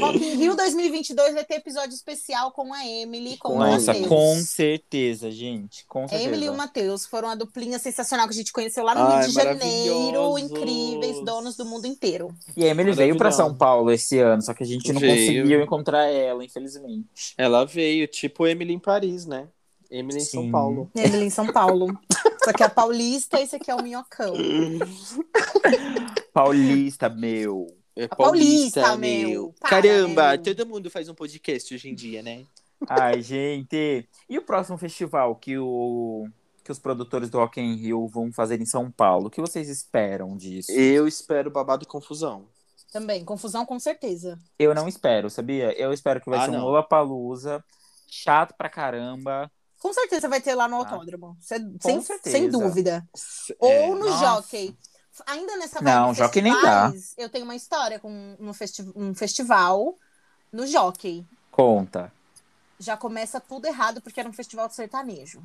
Speaker 1: Rock in Rio 2022 vai ter episódio especial com a Emily, com
Speaker 3: Nossa,
Speaker 1: o Matheus.
Speaker 2: com certeza, gente. Com
Speaker 1: A
Speaker 2: certeza.
Speaker 1: Emily e o Matheus foram a duplinha sensacional que a gente conheceu lá no
Speaker 3: Ai,
Speaker 1: Rio de Janeiro.
Speaker 3: maravilhosos.
Speaker 1: Incríveis, donos do mundo inteiro.
Speaker 2: E a Emily veio pra
Speaker 3: Maravilhosa.
Speaker 2: São Paulo esse ano, só que a gente não
Speaker 3: Veio.
Speaker 2: conseguiu encontrar ela, infelizmente.
Speaker 3: Ela veio, tipo Emily em Paris, né? Emily em São
Speaker 2: Sim.
Speaker 3: Paulo.
Speaker 1: Emily em São Paulo. Isso aqui é a paulista, esse aqui é o minhocão.
Speaker 2: Paulista, meu.
Speaker 3: É
Speaker 1: paulista, meu. Para,
Speaker 3: Caramba,
Speaker 1: né, meu?
Speaker 3: todo mundo faz um podcast hoje em dia, né?
Speaker 2: Ai, gente. E o próximo festival que, o, que os produtores do Rock in Rio vão fazer em São Paulo? O que vocês esperam disso?
Speaker 3: Eu espero babado e confusão.
Speaker 1: Também, confusão com certeza.
Speaker 2: Eu não espero, sabia? Eu espero que vai
Speaker 3: Ah,
Speaker 2: ser um
Speaker 3: não.
Speaker 2: Lollapalooza, chato pra caramba.
Speaker 1: Com certeza vai ter lá no autódromo. Cê- sem,
Speaker 2: Ah, certeza.
Speaker 1: sem dúvida.
Speaker 3: É.
Speaker 1: Ou no
Speaker 2: nossa.
Speaker 1: Jockey. Ainda nessa vibe
Speaker 2: Não,
Speaker 1: de
Speaker 2: Jockey nem
Speaker 1: festivais, Eu tenho uma história com um, festi- um festival no Jockey.
Speaker 2: Conta.
Speaker 1: Já começa tudo errado, porque era um festival de sertanejo.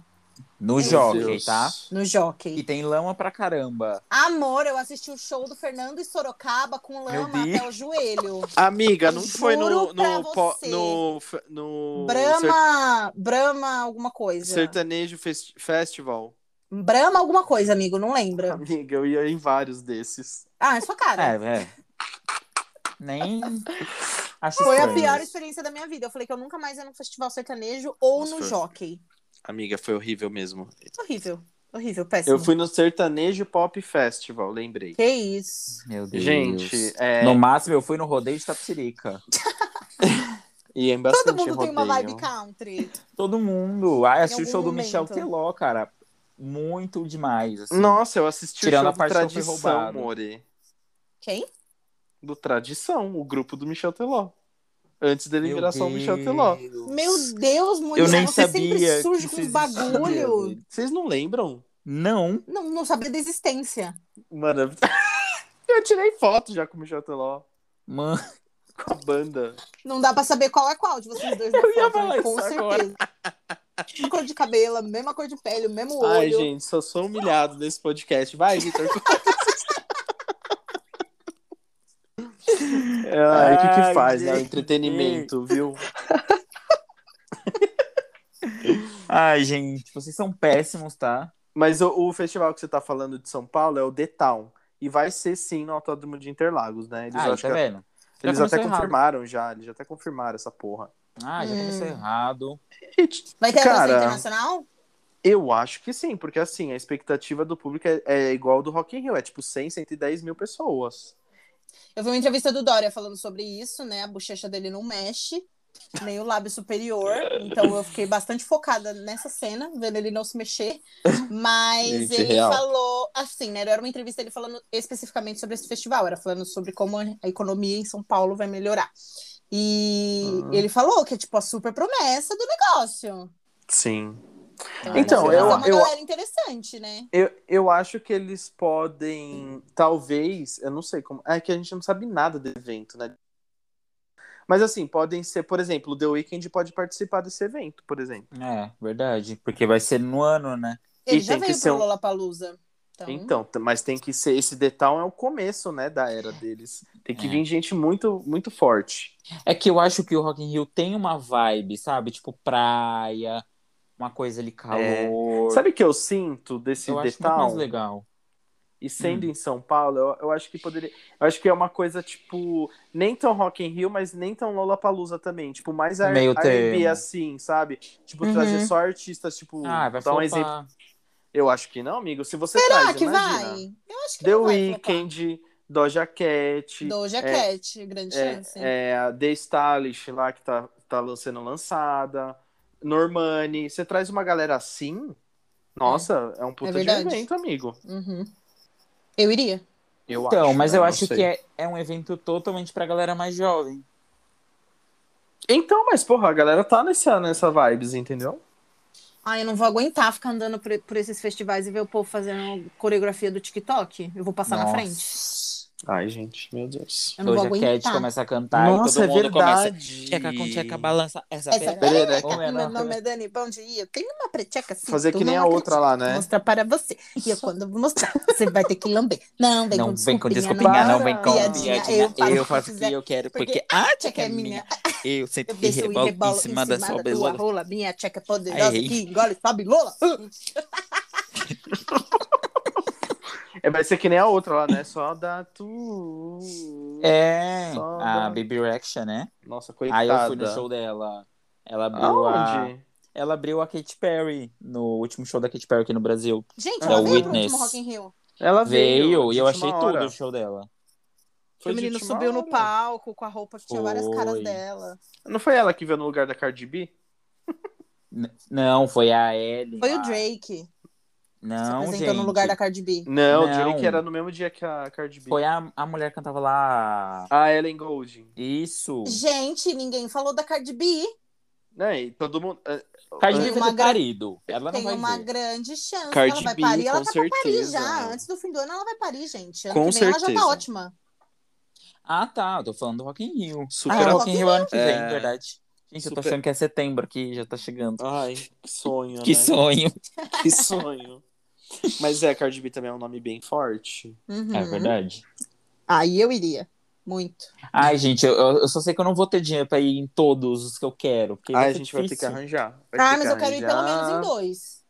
Speaker 2: No
Speaker 1: Meu
Speaker 2: jockey,
Speaker 3: Deus.
Speaker 2: tá?
Speaker 1: No
Speaker 2: E
Speaker 1: Jockey.
Speaker 2: tem lama pra caramba.
Speaker 1: Amor, eu assisti o show do Fernando e Sorocaba com lama
Speaker 2: Deus.
Speaker 1: até o joelho.
Speaker 3: Amiga, não
Speaker 1: Juro
Speaker 3: foi no
Speaker 1: pra
Speaker 3: no, po-
Speaker 1: você.
Speaker 3: no, f- no cer-
Speaker 1: Brahma, Brahma alguma coisa.
Speaker 3: sertanejo fes- festival.
Speaker 1: Brahma alguma coisa, amigo, não lembra.
Speaker 3: Amiga, eu ia em vários desses.
Speaker 1: Ah, é sua cara.
Speaker 2: É, velho. Nem. Acho
Speaker 1: Foi a
Speaker 2: estranho
Speaker 1: pior
Speaker 2: isso.
Speaker 1: experiência da minha vida. Eu falei que eu nunca mais ia num festival sertanejo ou
Speaker 3: Nossa,
Speaker 1: no
Speaker 3: foi-
Speaker 1: jockey. é
Speaker 3: Amiga, foi horrível mesmo.
Speaker 1: Horrível. Horrível, péssimo.
Speaker 3: Eu fui no sertanejo pop festival, lembrei.
Speaker 1: Que isso.
Speaker 2: Meu Deus.
Speaker 3: Gente, é,
Speaker 2: No máximo, eu fui no rodeio de Tapsirica.
Speaker 3: e é bastante
Speaker 1: Todo mundo tem uma
Speaker 3: rodeio.
Speaker 1: vibe country.
Speaker 2: Todo mundo. Ai, assisti
Speaker 1: algum
Speaker 2: o show do
Speaker 1: momento.
Speaker 2: Michel Teló, cara. Muito demais. assim.
Speaker 3: Nossa, eu assisti
Speaker 2: Tirando
Speaker 3: o
Speaker 2: a
Speaker 3: show
Speaker 2: parte
Speaker 3: do
Speaker 2: que foi
Speaker 3: Tradição,
Speaker 2: roubado.
Speaker 3: More.
Speaker 1: Quem?
Speaker 3: Do Tradição, o grupo do Michel Teló. Antes dele
Speaker 2: Meu
Speaker 3: virar só o
Speaker 2: Deus.
Speaker 3: Michel Teló.
Speaker 1: Meu Deus, mulher,
Speaker 2: Eu nem
Speaker 1: você
Speaker 2: sabia.
Speaker 1: sempre surge com
Speaker 2: que
Speaker 1: uns
Speaker 2: isso existia,
Speaker 1: bagulho.
Speaker 2: velho.
Speaker 3: Vocês não lembram?
Speaker 2: Não.
Speaker 1: Não, não sabia da existência.
Speaker 3: Mano, eu tirei foto já com o Michel Teló.
Speaker 2: Mano.
Speaker 3: Com a banda.
Speaker 1: Não dá pra saber qual é qual de vocês dois. na
Speaker 2: Eu
Speaker 1: foto,
Speaker 2: ia falar
Speaker 1: né? com
Speaker 2: isso agora.
Speaker 1: certeza. Mesma cor de cabelo, mesma cor de pele, o mesmo olho.
Speaker 3: Ai, gente, só sou humilhado nesse podcast. Vai, Vitor. Ai, É, o que que
Speaker 2: Ai,
Speaker 3: faz, né? O
Speaker 2: gente.
Speaker 3: entretenimento, viu?
Speaker 2: Ai, gente, Tipo, vocês são péssimos, tá?
Speaker 3: Mas o, o festival que você tá falando de São Paulo é o The Town. E vai ser sim no Autódromo de Interlagos, né? Eles,
Speaker 2: Ai,
Speaker 3: acho
Speaker 2: tá
Speaker 3: que-
Speaker 2: vendo? Já
Speaker 3: eles até
Speaker 2: começou errado.
Speaker 3: confirmaram já. Eles já até confirmaram essa porra.
Speaker 2: Ah, já
Speaker 1: Hum.
Speaker 2: começou errado.
Speaker 1: Vai ter a dança
Speaker 3: Cara.
Speaker 1: internacional?
Speaker 3: Eu acho que sim, porque assim, a expectativa do público é, é igual ao do Rock in Rio, é tipo 100, 110 mil pessoas.
Speaker 1: Eu vi uma entrevista do Dória falando sobre isso, né? A bochecha dele não mexe, nem o lábio superior. Então eu fiquei bastante focada nessa cena, vendo ele não se mexer. Mas
Speaker 3: Gente,
Speaker 1: ele
Speaker 3: real.
Speaker 1: falou assim, né? Era uma entrevista ele falando especificamente sobre esse festival, era falando sobre como a economia em São Paulo vai melhorar. E
Speaker 3: Ah.
Speaker 1: ele falou que é tipo a super promessa do negócio.
Speaker 3: Sim.
Speaker 2: Então,
Speaker 1: assim,
Speaker 2: eu-
Speaker 1: é uma
Speaker 3: eu-
Speaker 1: galera interessante, né?
Speaker 3: Eu, eu acho que eles podem, talvez, eu não sei como, é que a gente não sabe nada do evento, né? Mas assim, podem ser, por exemplo, o The Weeknd pode participar desse evento, por exemplo.
Speaker 2: É, verdade. Porque vai ser no ano, né?
Speaker 1: Ele
Speaker 3: E
Speaker 1: já
Speaker 3: tem que
Speaker 1: veio
Speaker 3: ser
Speaker 1: pro
Speaker 3: um-
Speaker 1: Lollapalooza. Então,
Speaker 3: Então, t- mas tem que ser, esse The Town é o começo, né, da era deles. Tem que
Speaker 2: É.
Speaker 3: vir gente muito, muito forte.
Speaker 2: É que eu acho que o Rock in Rio tem uma vibe, sabe? Tipo praia, uma coisa ali calor.
Speaker 3: É. Sabe o que eu sinto desse
Speaker 2: eu
Speaker 3: The
Speaker 2: acho muito mais
Speaker 3: Town?
Speaker 2: legal.
Speaker 3: E
Speaker 2: Hum.
Speaker 3: sendo em São Paulo, eu, eu acho que poderia. Eu acho que é uma coisa, tipo, nem tão Rock in Rio, mas nem tão Lollapalooza também. Tipo, mais R-
Speaker 2: Meio
Speaker 3: R&B
Speaker 2: termo.
Speaker 3: assim, sabe? Tipo,
Speaker 1: Uhum.
Speaker 3: trazer só artistas, tipo,
Speaker 2: Ah, vai
Speaker 3: dar um
Speaker 2: flopar.
Speaker 3: exemplo. Eu acho que não, amigo. Se você
Speaker 1: Será
Speaker 3: traz,
Speaker 1: que
Speaker 3: imagina.
Speaker 1: vai? Eu acho que
Speaker 3: The
Speaker 1: não vai flopar.
Speaker 3: Weeknd, Doja Cat,
Speaker 1: Doja Cat, grande
Speaker 3: é,
Speaker 1: chance.
Speaker 3: é, a The Stylish lá que tá, tá lan- sendo lançada, Normani. Você traz uma galera assim, nossa, é, um puta de
Speaker 1: verdade.
Speaker 3: evento, amigo.
Speaker 1: Uhum. Eu iria.
Speaker 3: Eu
Speaker 2: Então, mas
Speaker 3: né?
Speaker 2: eu
Speaker 3: Não
Speaker 2: acho
Speaker 3: sei.
Speaker 2: que é, é um evento totalmente pra galera mais jovem.
Speaker 3: Então, mas porra, a galera tá nessa, nessa vibes, entendeu?
Speaker 1: Ah, eu não vou aguentar ficar andando por, por esses festivais e ver o povo fazendo coreografia do TikTok. Eu vou passar na
Speaker 2: Nossa.
Speaker 1: frente.
Speaker 3: Ai, gente, meu Deus.
Speaker 1: Eu não vou
Speaker 2: Doja Cat
Speaker 1: aguentar.
Speaker 2: começa a cantar
Speaker 3: nossa,
Speaker 2: e
Speaker 3: é
Speaker 2: Tá, todo mundo começa.
Speaker 3: verdade.
Speaker 2: Tcheca com tcheca, balança essa,
Speaker 1: Essa
Speaker 2: perereca.
Speaker 3: perereca.
Speaker 2: Ou é,
Speaker 1: Meu
Speaker 2: não?
Speaker 1: nome é Dani, bom dia. Tem uma preteca assim.
Speaker 3: Fazer
Speaker 1: tu
Speaker 3: que nem
Speaker 1: não
Speaker 3: a outra lá,
Speaker 1: Vou
Speaker 3: né?
Speaker 1: mostrar para você. E eu, quando eu vou mostrar, você vai ter que lamber. Não vem
Speaker 2: Não
Speaker 1: com
Speaker 2: vem com
Speaker 1: desculpinha,
Speaker 2: desculpinha,
Speaker 1: não.
Speaker 2: não vem com
Speaker 1: é Piadinha,
Speaker 2: piadinha.
Speaker 1: eu faço o
Speaker 2: Eu
Speaker 1: que
Speaker 2: faço o que
Speaker 1: quiser,
Speaker 2: eu quero,
Speaker 1: porque
Speaker 2: porque a
Speaker 1: tcheca
Speaker 2: tcheca
Speaker 1: é
Speaker 2: é
Speaker 1: minha.
Speaker 2: minha. Eu sento
Speaker 1: Eu
Speaker 2: e
Speaker 1: desço e
Speaker 2: rebolo em
Speaker 1: rebolo
Speaker 2: cima da sua
Speaker 1: tua
Speaker 2: besoura.
Speaker 1: rola. Minha tcheca é poderosa
Speaker 2: Aí.
Speaker 1: que engole, sobe lola. Uh,
Speaker 3: É, vai ser que nem a outra lá, né? Só da tu.
Speaker 2: É,
Speaker 3: Só
Speaker 2: a
Speaker 3: da-
Speaker 2: Baby Rexha, né?
Speaker 3: Nossa,
Speaker 2: Aí
Speaker 3: coitada.
Speaker 2: eu fui no show dela. Ela abriu a...
Speaker 3: Aonde?
Speaker 2: Ela abriu a Katy Perry no último show da Katy Perry aqui no Brasil.
Speaker 1: Gente,
Speaker 3: Da
Speaker 1: ela veio pro
Speaker 2: Tá Witness.
Speaker 1: último Rock in Rio.
Speaker 3: Ela
Speaker 2: Veio e
Speaker 3: de
Speaker 2: eu
Speaker 3: última
Speaker 2: achei
Speaker 3: hora.
Speaker 2: tudo o show dela.
Speaker 3: Foi
Speaker 1: o
Speaker 3: de
Speaker 1: menino
Speaker 3: última
Speaker 1: subiu no
Speaker 3: hora.
Speaker 1: palco com a roupa que tinha várias caras
Speaker 2: Foi.
Speaker 1: dela.
Speaker 3: Não foi ela que veio no lugar da Cardi B?
Speaker 2: N- não, foi a Ellie.
Speaker 1: Foi
Speaker 2: Ah,
Speaker 1: o Drake se
Speaker 2: Não,
Speaker 1: apresentou
Speaker 2: gente.
Speaker 1: no lugar da Cardi B.
Speaker 2: Não.
Speaker 3: Não, o Drake era no mesmo dia que a Cardi B.
Speaker 2: Foi a, a mulher que cantava lá.
Speaker 3: A Ellen Golding.
Speaker 2: Isso.
Speaker 1: Gente, ninguém falou da Cardi B.
Speaker 3: Né? E todo mundo. eh,
Speaker 2: Cardi
Speaker 1: Tem
Speaker 2: B
Speaker 1: uma
Speaker 2: foi ter
Speaker 1: gran-
Speaker 2: parido. Ela não
Speaker 1: Tem
Speaker 2: vai
Speaker 1: uma
Speaker 2: ver.
Speaker 1: grande chance que ela
Speaker 3: Cardi
Speaker 1: vai
Speaker 3: B,
Speaker 1: parir. Ela
Speaker 3: com
Speaker 1: tá pra Paris
Speaker 3: certeza.
Speaker 1: já. Antes do fim do ano ela vai parir, gente. Ano
Speaker 3: Com
Speaker 1: que vem ela já
Speaker 3: certeza.
Speaker 1: tá ótima.
Speaker 2: Ah, tá. Eu tô falando do Rock in Rio.
Speaker 3: Super
Speaker 2: ah, é
Speaker 1: Rock
Speaker 2: Rock in
Speaker 1: in
Speaker 2: Rio ano que vem,
Speaker 3: É.
Speaker 2: verdade. Gente, eu tô
Speaker 3: Super-
Speaker 2: achando que é setembro aqui, já tá chegando.
Speaker 3: Ai, que sonho.
Speaker 2: que
Speaker 3: né?
Speaker 2: sonho.
Speaker 3: Que sonho. Mas é, Cardi B também é um nome bem forte.
Speaker 1: Uhum.
Speaker 2: É verdade.
Speaker 1: Aí eu iria. Muito.
Speaker 2: Ai, gente, eu, eu- eu só sei que eu não vou ter dinheiro pra ir em todos os que eu quero. Porque
Speaker 3: Ai, a
Speaker 2: ser
Speaker 3: gente vai ter que
Speaker 2: difícil.
Speaker 3: arranjar. Vai
Speaker 1: Ah,
Speaker 3: ter
Speaker 1: mas
Speaker 3: que
Speaker 1: eu quero ir pelo menos em
Speaker 3: arranjar.
Speaker 1: dois.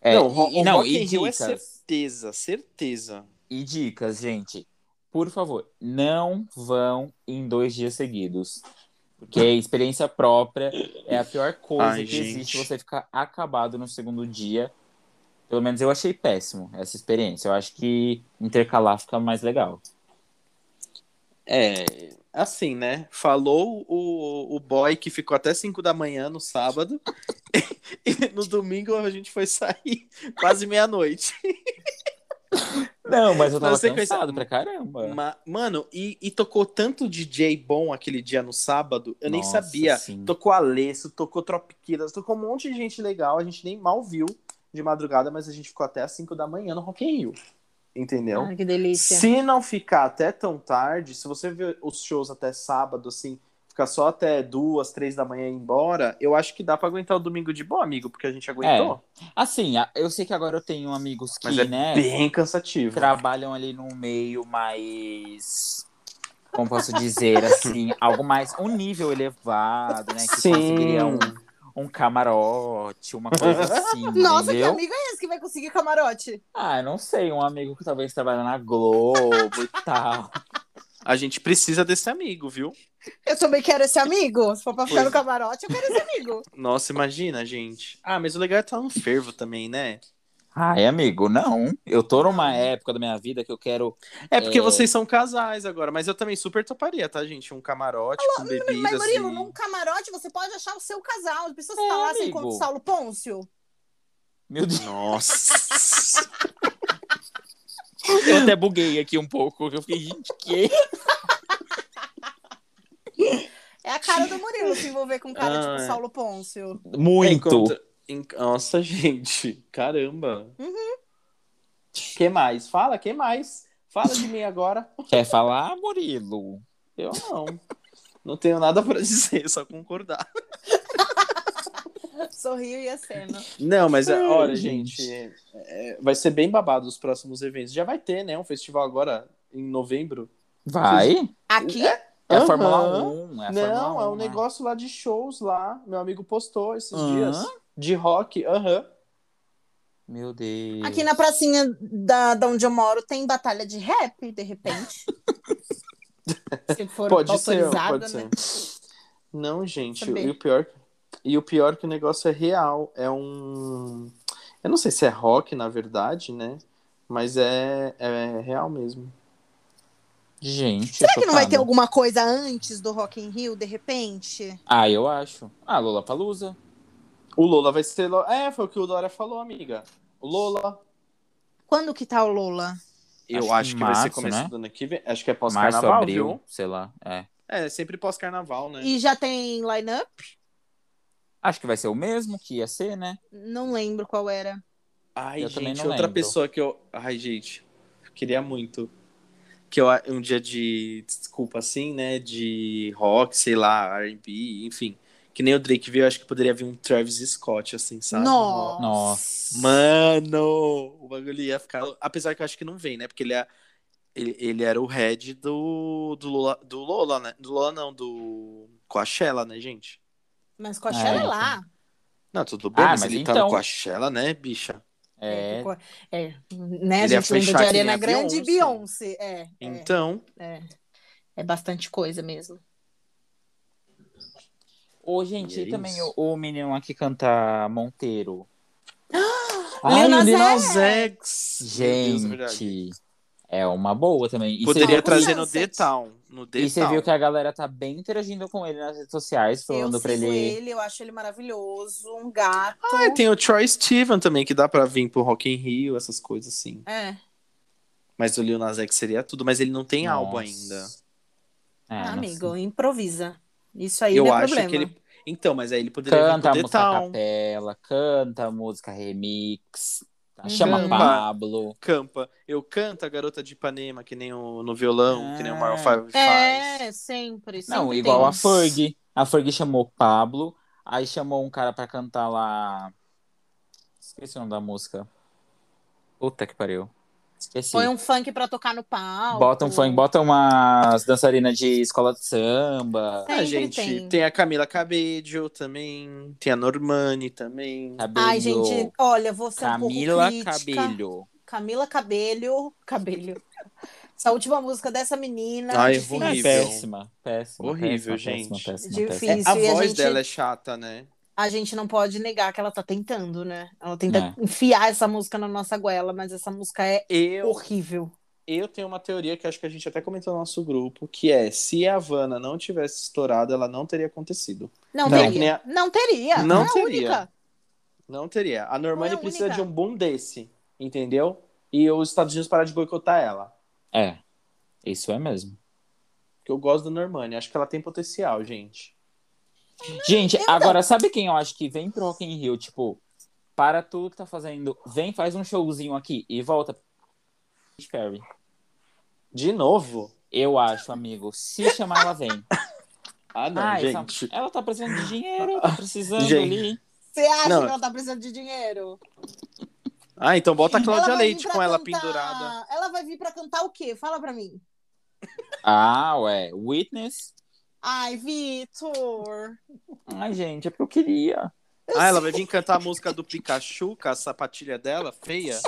Speaker 2: É,
Speaker 3: não, o,
Speaker 2: e,
Speaker 3: o
Speaker 2: não,
Speaker 3: Rock
Speaker 2: e
Speaker 3: in Rio é
Speaker 2: dicas.
Speaker 3: certeza, certeza.
Speaker 2: E dicas, gente. Por favor, não vão em dois dias seguidos. Porque a experiência própria é a pior coisa
Speaker 3: Ai,
Speaker 2: que
Speaker 3: gente.
Speaker 2: existe você ficar acabado no segundo dia. Pelo menos eu achei péssimo essa experiência. Eu acho que intercalar fica mais legal.
Speaker 3: É, assim, né? Falou o, o boy que ficou até 5 da manhã no sábado. e no domingo a gente foi sair quase meia-noite.
Speaker 2: Não, mas eu
Speaker 3: Não,
Speaker 2: tava
Speaker 3: você conhece-
Speaker 2: cansado pra caramba.
Speaker 3: Ma- Mano, e, e tocou tanto DJ bom aquele dia no sábado, eu nem
Speaker 2: Nossa,
Speaker 3: sabia.
Speaker 2: sim.
Speaker 3: Tocou Alesso, tocou Tropiquilas, tocou um monte de gente legal, a gente nem mal viu de madrugada, mas a gente ficou até as 5 da manhã no Rock in Rio. Entendeu?
Speaker 1: Ah, que delícia.
Speaker 3: Se não ficar até tão tarde, se você ver os shows até sábado, assim, ficar só até duas, três da manhã e ir embora, eu acho que dá pra aguentar o domingo de boa, amigo, porque a gente aguentou.
Speaker 2: Assim, a- eu sei que agora eu tenho amigos que,
Speaker 3: Mas é
Speaker 2: né,
Speaker 3: bem cansativo.
Speaker 2: trabalham ali num meio mais. Como posso dizer, assim, algo mais. Um nível elevado, né? Que conseguiria um, um camarote, uma coisa assim.
Speaker 1: Nossa, que
Speaker 2: entendeu?
Speaker 1: amigo é esse que vai conseguir camarote?
Speaker 2: Ah, eu não sei, um amigo que talvez trabalha na Globo e tal.
Speaker 3: A gente precisa desse amigo, viu?
Speaker 1: Eu também quero esse amigo. Se for pra ficar
Speaker 3: Pois.
Speaker 1: no camarote, eu quero esse amigo.
Speaker 3: Nossa, imagina, gente. Ah, mas o legal é estar no fervo também, né?
Speaker 2: Ai, amigo, não. Eu tô numa época da minha vida que eu quero.
Speaker 3: É porque
Speaker 2: É.
Speaker 3: vocês são casais agora, mas eu também super toparia, tá, gente? Um camarote com bebidas
Speaker 1: Mas, Murilo,
Speaker 3: e-
Speaker 1: num camarote você pode achar o seu casal. Não precisa
Speaker 2: É,
Speaker 1: estar lá assim
Speaker 2: amigo.
Speaker 1: como o Saulo Pôncio.
Speaker 2: Meu Deus,
Speaker 3: Nossa.
Speaker 2: eu até buguei aqui um pouco. que Eu fiquei, gente, que.
Speaker 1: É a cara do Murilo se envolver com um cara tipo
Speaker 3: Ah, é.
Speaker 1: Saulo Pôncio.
Speaker 2: Muito.
Speaker 3: Enquanto- en- Nossa, gente. Caramba.
Speaker 1: Uhum.
Speaker 3: Que mais? Fala, que mais? Fala de mim agora.
Speaker 2: Quer falar, Murilo?
Speaker 3: Eu não. Não tenho nada pra dizer, só concordar.
Speaker 1: Sorriu e acena.
Speaker 3: Não, mas é,
Speaker 2: Ai,
Speaker 3: olha,
Speaker 2: gente.
Speaker 3: gente, é, é, vai ser bem babado os próximos eventos. Já vai ter, né? Um festival agora em novembro.
Speaker 2: Vai?
Speaker 1: Aqui,
Speaker 2: É a
Speaker 3: Aham.
Speaker 2: Fórmula 1. É a
Speaker 3: Não,
Speaker 2: Fórmula
Speaker 3: é
Speaker 2: 1,
Speaker 3: um
Speaker 2: né?
Speaker 3: negócio lá de shows lá. Meu amigo postou esses
Speaker 2: Aham.
Speaker 3: dias de rock. Aham.
Speaker 2: Meu
Speaker 3: é
Speaker 2: Deus.
Speaker 1: Aqui na pracinha da, da onde eu moro tem batalha de rap, de repente. Se for
Speaker 3: Pode ser,
Speaker 1: autorizada,
Speaker 3: pode
Speaker 1: né?
Speaker 3: ser. Não, gente,
Speaker 1: Saber.
Speaker 3: e o pior e o pior que o negócio é real, é um Eu não sei se é rock na verdade, né? Mas é, é real mesmo.
Speaker 2: Gente.
Speaker 1: Será que não vai
Speaker 2: chocado.
Speaker 1: ter alguma coisa antes do Rock in Rio, de repente?
Speaker 2: Ah, eu acho. Ah, Lola Palusa.
Speaker 3: O Lola vai ser Lola. É, foi o que o Dória falou, amiga. O Lola.
Speaker 1: Quando que tá o Lola?
Speaker 3: Eu
Speaker 2: Acho
Speaker 3: acho,
Speaker 2: que
Speaker 3: que,
Speaker 2: em
Speaker 3: vai ser
Speaker 2: março,
Speaker 3: começo
Speaker 2: né?
Speaker 3: do ano que vem. Acho que é
Speaker 2: Março,
Speaker 3: pós-carnaval,
Speaker 2: abril,
Speaker 3: viu?
Speaker 2: sei lá. É.
Speaker 3: É, sempre pós-carnaval, né?
Speaker 1: E já tem line-up?
Speaker 2: Acho que vai ser o mesmo que ia ser, né?
Speaker 1: Não lembro qual era.
Speaker 3: Ai,
Speaker 2: Eu também
Speaker 3: gente,
Speaker 2: não
Speaker 3: outra
Speaker 2: lembro.
Speaker 3: pessoa que eu. Ai, gente, queria muito. Que eu, um dia de. Desculpa, assim, né? De rock, sei lá, RB, enfim. Que nem o Drake veio, eu acho que poderia vir um Travis Scott, assim, sabe?
Speaker 1: Nossa.
Speaker 2: Nossa.
Speaker 3: Mano! O bagulho ia ficar. Apesar que eu acho que não vem, né? Porque ele, é- ele, ele era o head do, do, Lola, do Lola, né? Do Lola, não, do. Coachella, né, gente?
Speaker 1: Mas Coachella
Speaker 2: É,
Speaker 1: é lá.
Speaker 3: Não, tudo bem,
Speaker 2: Ah,
Speaker 3: mas,
Speaker 2: mas
Speaker 3: ele tá
Speaker 2: então-
Speaker 3: no Coachella, né, bicha?
Speaker 2: É,
Speaker 1: É, é, né? A
Speaker 3: Ele ia
Speaker 1: gente lembra
Speaker 3: fechar
Speaker 1: de
Speaker 3: que nem
Speaker 1: Ariana
Speaker 3: a
Speaker 1: Grande e Beyoncé.
Speaker 3: Beyoncé.
Speaker 1: É, é,
Speaker 3: Então.
Speaker 1: é. É bastante coisa mesmo.
Speaker 2: Ô, gente,
Speaker 3: E é
Speaker 2: e também
Speaker 3: isso.
Speaker 2: o, o menino aqui canta Monteiro.
Speaker 1: Lil Nas
Speaker 2: Lil Nas-
Speaker 1: X.
Speaker 3: Zex.
Speaker 2: Gente, é uma boa também. E
Speaker 3: Poderia
Speaker 2: você
Speaker 1: tá
Speaker 2: viu-
Speaker 1: com
Speaker 3: trazer no
Speaker 1: Sunset.
Speaker 3: D-Town. No
Speaker 2: E você viu que
Speaker 3: D-Town.
Speaker 2: a galera tá bem interagindo com ele nas redes sociais, falando
Speaker 1: eu
Speaker 2: pra
Speaker 1: sigo
Speaker 2: ele.
Speaker 1: ele... eu acho ele maravilhoso, um gato.
Speaker 3: Ah, e tem o Troy Steven também, que dá pra vir pro Rock in Rio, essas coisas assim.
Speaker 1: É.
Speaker 3: Mas o Lil Nas X seria tudo, mas ele não tem
Speaker 2: Nossa.
Speaker 3: álbum ainda.
Speaker 2: É,
Speaker 1: Ah,
Speaker 2: não
Speaker 1: amigo, improvisa. Isso aí
Speaker 3: Eu
Speaker 1: não é
Speaker 3: acho
Speaker 1: problema.
Speaker 3: que ele... Então, mas aí ele
Speaker 2: sei.
Speaker 3: poderia
Speaker 2: Canta a
Speaker 3: vir pro
Speaker 2: música
Speaker 3: D-Town.
Speaker 2: capela, canta a música remix, tá?
Speaker 1: Uhum.
Speaker 2: chama
Speaker 3: Campa.
Speaker 2: Pablo.
Speaker 3: Campa. Eu canto a Garota de Ipanema, que nem o, no violão, que nem o Maroon
Speaker 2: Ah.
Speaker 3: 5 faz.
Speaker 1: É, sempre, sempre.
Speaker 2: Não, igual
Speaker 1: tem.
Speaker 2: a Ferg. A Ferg chamou Pablo, aí chamou um cara pra cantar lá. Esqueci o nome da música. Puta que pariu. Esqueci.
Speaker 1: Põe um funk pra tocar no palco.
Speaker 2: Bota um funk, bota umas dançarinas de escola de samba.
Speaker 3: Ah,
Speaker 1: Sempre
Speaker 3: gente,
Speaker 1: tem.
Speaker 3: tem. a Camila Cabello também, tem a Normani também.
Speaker 2: Cabelo.
Speaker 1: Ai, gente, olha, você
Speaker 2: Camila
Speaker 1: um pouco crítica.
Speaker 2: Cabelho.
Speaker 1: Camila Cabelho. Cabelho. Essa última música dessa menina.
Speaker 3: Ai,
Speaker 1: difícil.
Speaker 2: É
Speaker 3: Horrível.
Speaker 2: péssima, péssima.
Speaker 3: Horrível,
Speaker 2: péssima,
Speaker 3: gente.
Speaker 2: Péssima, péssima,
Speaker 1: Difícil.
Speaker 2: péssima.
Speaker 1: Isso,
Speaker 3: a
Speaker 1: e a
Speaker 3: voz
Speaker 1: gente-
Speaker 3: dela é chata, né?
Speaker 1: A gente não pode negar que ela tá tentando, né? Ela tenta
Speaker 2: É.
Speaker 1: enfiar essa música na nossa goela, mas essa música é
Speaker 3: Eu,
Speaker 1: horrível.
Speaker 3: eu tenho uma teoria que acho que a gente até comentou no nosso grupo, que é, se a Havana não tivesse estourado, ela não teria acontecido.
Speaker 1: Não,
Speaker 2: Não.
Speaker 1: teria. Não teria.
Speaker 3: Não
Speaker 1: é a
Speaker 3: teria.
Speaker 1: única.
Speaker 3: Não teria. A Normani
Speaker 1: Não é a
Speaker 3: precisa
Speaker 1: única.
Speaker 3: de um boom desse, entendeu? E os Estados Unidos parar de boicotar ela.
Speaker 2: É, isso é mesmo.
Speaker 3: Porque eu gosto da Normani, acho que ela tem potencial, gente.
Speaker 2: Gente,
Speaker 3: Então.
Speaker 1: eu
Speaker 2: agora sabe quem eu acho que vem pro Rock in Rio? Tipo, para tudo que tá fazendo, vem, faz um showzinho aqui e volta. Katy Perry.
Speaker 3: De novo?
Speaker 2: Eu acho, amigo. Se chamar, ela vem.
Speaker 3: Ah, não,
Speaker 2: Ah, essa-
Speaker 3: gente.
Speaker 2: Ela tá precisando de dinheiro, tá precisando
Speaker 3: Gente.
Speaker 2: ali.
Speaker 1: Você acha
Speaker 3: Não.
Speaker 1: que ela tá precisando de dinheiro?
Speaker 3: Ah, então bota a
Speaker 1: Ela
Speaker 3: Cláudia
Speaker 1: vai vir
Speaker 3: Leite
Speaker 1: pra
Speaker 3: com ela
Speaker 1: cantar-
Speaker 3: pendurada.
Speaker 1: Ela vai vir pra cantar o quê? Fala pra mim.
Speaker 2: Ah, ué. Witness.
Speaker 1: Ai, Vitor.
Speaker 2: Ai, gente, é porque eu queria.
Speaker 3: Ah, ela vai vir cantar a música do Pikachu com a sapatilha dela, feia.